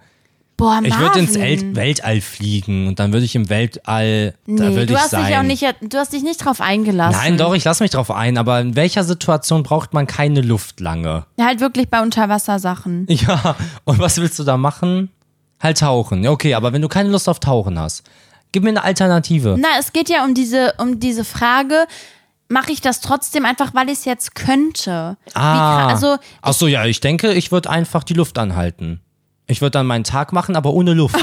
Boah, Marvin. Ich würde ins El Weltall fliegen und dann würde ich im Weltall. da Nee, würde du ich hast sein. dich auch nicht, du hast dich nicht drauf eingelassen. Nein, doch, ich lasse mich drauf ein, aber in welcher Situation braucht man keine Luft lange? Halt wirklich bei Unterwassersachen. Ja, und was willst du da machen? Halt tauchen. Ja, okay, aber wenn du keine Lust auf Tauchen hast, gib mir eine Alternative. Na, es geht ja um diese, um diese Frage, mache ich das trotzdem einfach, weil ich es jetzt könnte? Wie Ah, kra- also, Ach so, ja, ich denke, ich würde einfach die Luft anhalten. Ich würde dann meinen Tag machen, aber ohne Luft.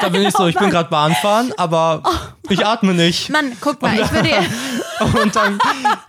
da bin ich oh so, ich bin gerade Bahnfahren, aber ich atme nicht. Mann, guck mal, ich würde, Und dann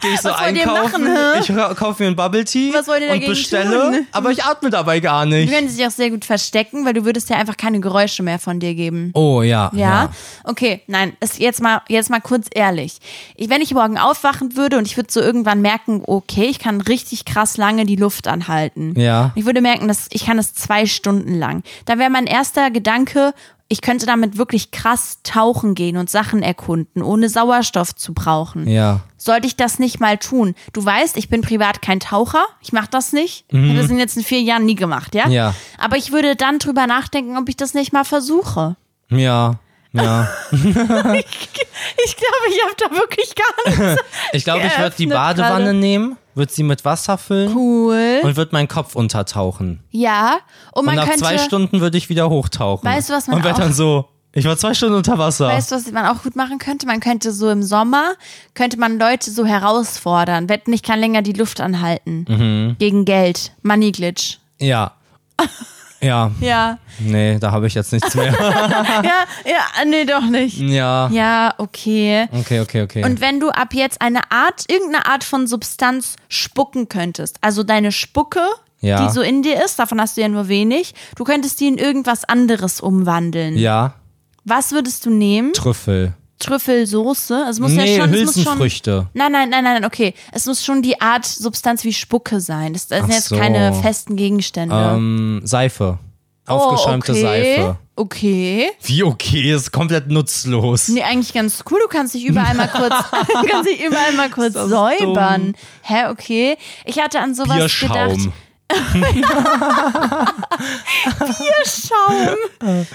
gehe ich so wollt ihr einkaufen. machen, hä? ich ra- kaufe mir ein Bubble Tea Was wollt ihr und dagegen bestelle, tun? aber ich atme dabei gar die nicht. würden sich auch sehr gut verstecken, weil du würdest ja einfach keine Geräusche mehr von dir geben. Oh ja, Ja? Okay, nein, ist jetzt mal jetzt mal kurz ehrlich. Ich, wenn ich morgen aufwachen würde und ich würde so irgendwann merken, okay, ich kann richtig krass lange die Luft anhalten. Ja. Ich würde merken, dass ich kann es zwei Stunden lang. Da wäre mein erster Gedanke, ich könnte damit wirklich krass tauchen gehen und Sachen erkunden, ohne Sauerstoff zu brauchen. Ja. Sollte ich das nicht mal tun? Du weißt, ich bin privat kein Taucher. Ich mache das nicht. Ich habe das in den letzten vier Jahren nie gemacht, ja? Mhm. Ja. Aber ich würde dann drüber nachdenken, ob ich das nicht mal versuche. Ja, ja. Ich glaube, ich habe da wirklich gar nichts. Ich glaube, ich würde die Geöffnet Badewanne gerade. nehmen, würde sie mit Wasser füllen Cool. und würde meinen Kopf untertauchen. Ja. Und Und man nach könnte. zwei Stunden würde ich wieder hochtauchen. Weißt du, was man Und auch- wäre dann so, ich war zwei Stunden unter Wasser. Weißt du, was man auch gut machen könnte? Man könnte so im Sommer, könnte man Leute so herausfordern. Wetten, ich kann länger die Luft anhalten. Mhm. Gegen Geld. Money Glitch. ja. Ja, Ja. nee, da habe ich jetzt nichts mehr. ja, ja, nee, doch nicht. Ja. Ja, okay. Okay, okay, okay. Und wenn du ab jetzt eine Art, irgendeine Art von Substanz spucken könntest, also deine Spucke, Ja. die so in dir ist, davon hast du ja nur wenig, du könntest die in irgendwas anderes umwandeln. ja, Was würdest du nehmen? Trüffel. Trüffelsoße? Es muss nee, ja schon, es muss schon. Hülsenfrüchte. Nein, nein, nein, nein, okay. Es muss schon die Art Substanz wie Spucke sein. Das, das sind Ach jetzt so. keine festen Gegenstände. Ähm, Seife. Aufgeschäumte oh, okay. Seife. Okay. Wie okay, ist komplett nutzlos. Nee, eigentlich ganz cool. Du kannst dich überall mal kurz, kannst dich überall mal kurz Das ist säubern. Hä, okay. Ich hatte an sowas gedacht. Bierschaum. Schaum.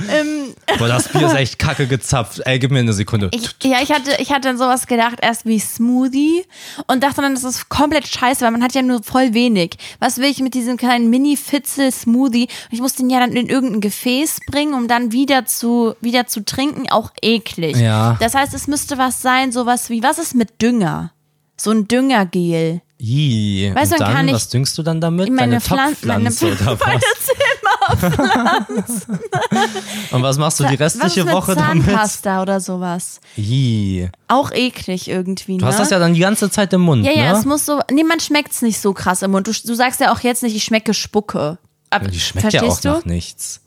ähm, Boah, das Bier ist echt kacke gezapft. Ey, gib mir eine Sekunde. ich, ja, ich hatte, ich hatte an sowas gedacht, erst wie Smoothie und dachte dann, das ist komplett scheiße, weil man hat ja nur voll wenig. Was will ich mit diesem kleinen Mini-Fitzel-Smoothie? Und Ich muss den ja dann in irgendein Gefäß bringen, um dann wieder zu, wieder zu trinken. Auch eklig. Ja. Das heißt, es müsste was sein, sowas wie, was ist mit Dünger? So ein Düngergel. Ii, Weißt und du, dann dann, kann ich- was düngst du dann damit? meine Deine Pflan- meine Topfpflanze oder was? Und was machst du die was ist restliche mit Woche damit? Zahnpasta oder sowas. Ii. Auch eklig irgendwie, ne? Du hast das ja dann die ganze Zeit im Mund, Ja, ja, ne? es muss so. Nee, man schmeckt's nicht so krass im Mund. Du, du sagst ja auch jetzt nicht, ich schmecke Spucke. Aber, die schmeckt ja auch verstehst nach du? Mm. nichts.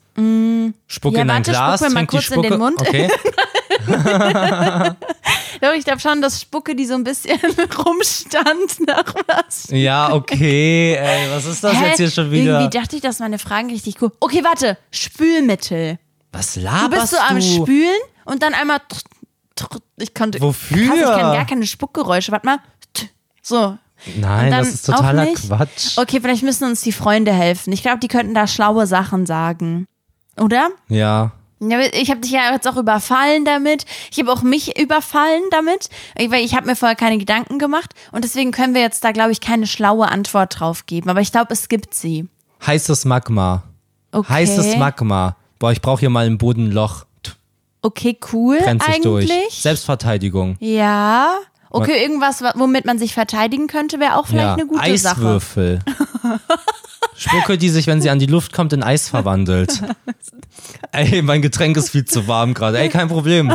Spucke Ja, in ein warte, Glas, spuck mir mal trink die kurz in Spucke. den Mund. Okay. Doch, ich glaube schon, dass Spucke, die so ein bisschen rumstand nach was. Ja, okay. Ey, was ist das Hä? jetzt hier schon wieder? Irgendwie dachte ich, dass meine Fragen richtig cool. Okay, warte. Spülmittel. was Du laberst bist so am Spülen und dann einmal. tr- tr- Ich konnte. Wofür? Krass, ich kann gar keine Spuckgeräusche. Warte mal. T- So. Nein, Und dann das ist auch totaler nicht? Quatsch. Okay, vielleicht müssen uns die Freunde helfen. Ich glaube, die könnten da schlaue Sachen sagen. Oder? Ja. Ja, aber Ich habe dich ja jetzt auch überfallen damit. Ich habe auch mich überfallen damit, weil ich habe mir vorher keine Gedanken gemacht und deswegen können wir jetzt da, glaube ich, keine schlaue Antwort drauf geben. Aber ich glaube, es gibt sie. Heißes Magma. Okay. Heißes Magma. Boah, ich brauche hier mal im Boden ein Loch. Tch, Okay, cool. Brennt sich eigentlich. durch. Selbstverteidigung. Ja. Okay, irgendwas, wa- womit man sich verteidigen könnte, wäre auch vielleicht ja. eine gute Sache. Eiswürfel. Spucke, die sich, wenn sie an die Luft kommt, in Eis verwandelt. Ey, mein Getränk ist viel zu warm gerade. Ey, kein Problem.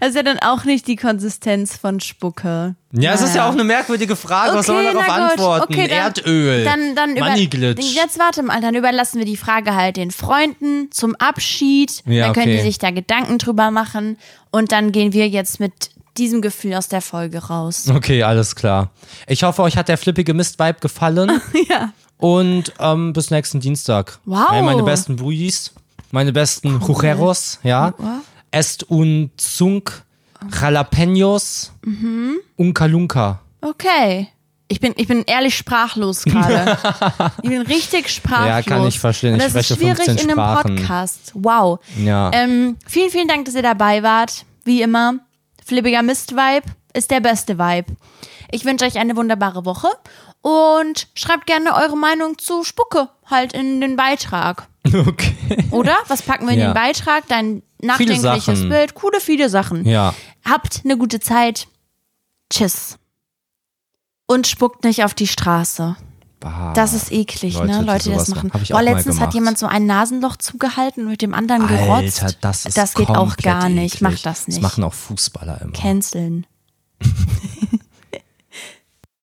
Das ist ja dann auch nicht die Konsistenz von Spucke. Ja, es ist ja auch eine merkwürdige Frage. Was soll man na darauf gut. antworten? Okay, dann, Erdöl. Dann, dann über, Moneyglitch. Jetzt warte mal, dann überlassen wir die Frage halt den Freunden zum Abschied. Ja, dann können okay. die sich da Gedanken drüber machen. Und dann gehen wir jetzt mit diesem Gefühl aus der Folge raus. Okay, alles klar. Ich hoffe, euch hat der flippige Mistvibe gefallen. ja. Und ähm, bis nächsten Dienstag. Wow. Hey, meine besten Buis, meine besten Jujeros, ja. Est un Zunk, Jalapenos, Mhm. Unkalunka. Okay. Ich bin, ich bin ehrlich sprachlos gerade. ich bin richtig sprachlos. Ja, kann ich verstehen. Und Ich das ist spreche schwierig 15 in einem Sprachen. Podcast. Wow. Ja. Ähm, vielen, vielen Dank, dass ihr dabei wart. Wie immer, flippiger Mist-Vibe ist der beste Vibe. Ich wünsche euch eine wunderbare Woche und schreibt gerne eure Meinung zu Spucke halt in den Beitrag. Okay. Oder? Was packen wir in Ja. den Beitrag? Dein nachdenkliches Sachen. Bild. Coole, viele Sachen. Ja. Habt eine gute Zeit. Tschüss. Und spuckt nicht auf die Straße. Bah. Das ist eklig, Leute, ne? die Leute, die das sowas machen. machen. Hab ich Boah, auch mal letztens hat gemacht. jemand so ein Nasenloch zugehalten und mit dem anderen gerotzt. Alter, das ist Das geht auch komplett gar nicht. eklig. Macht das Das nicht. machen auch Fußballer immer. Canceln.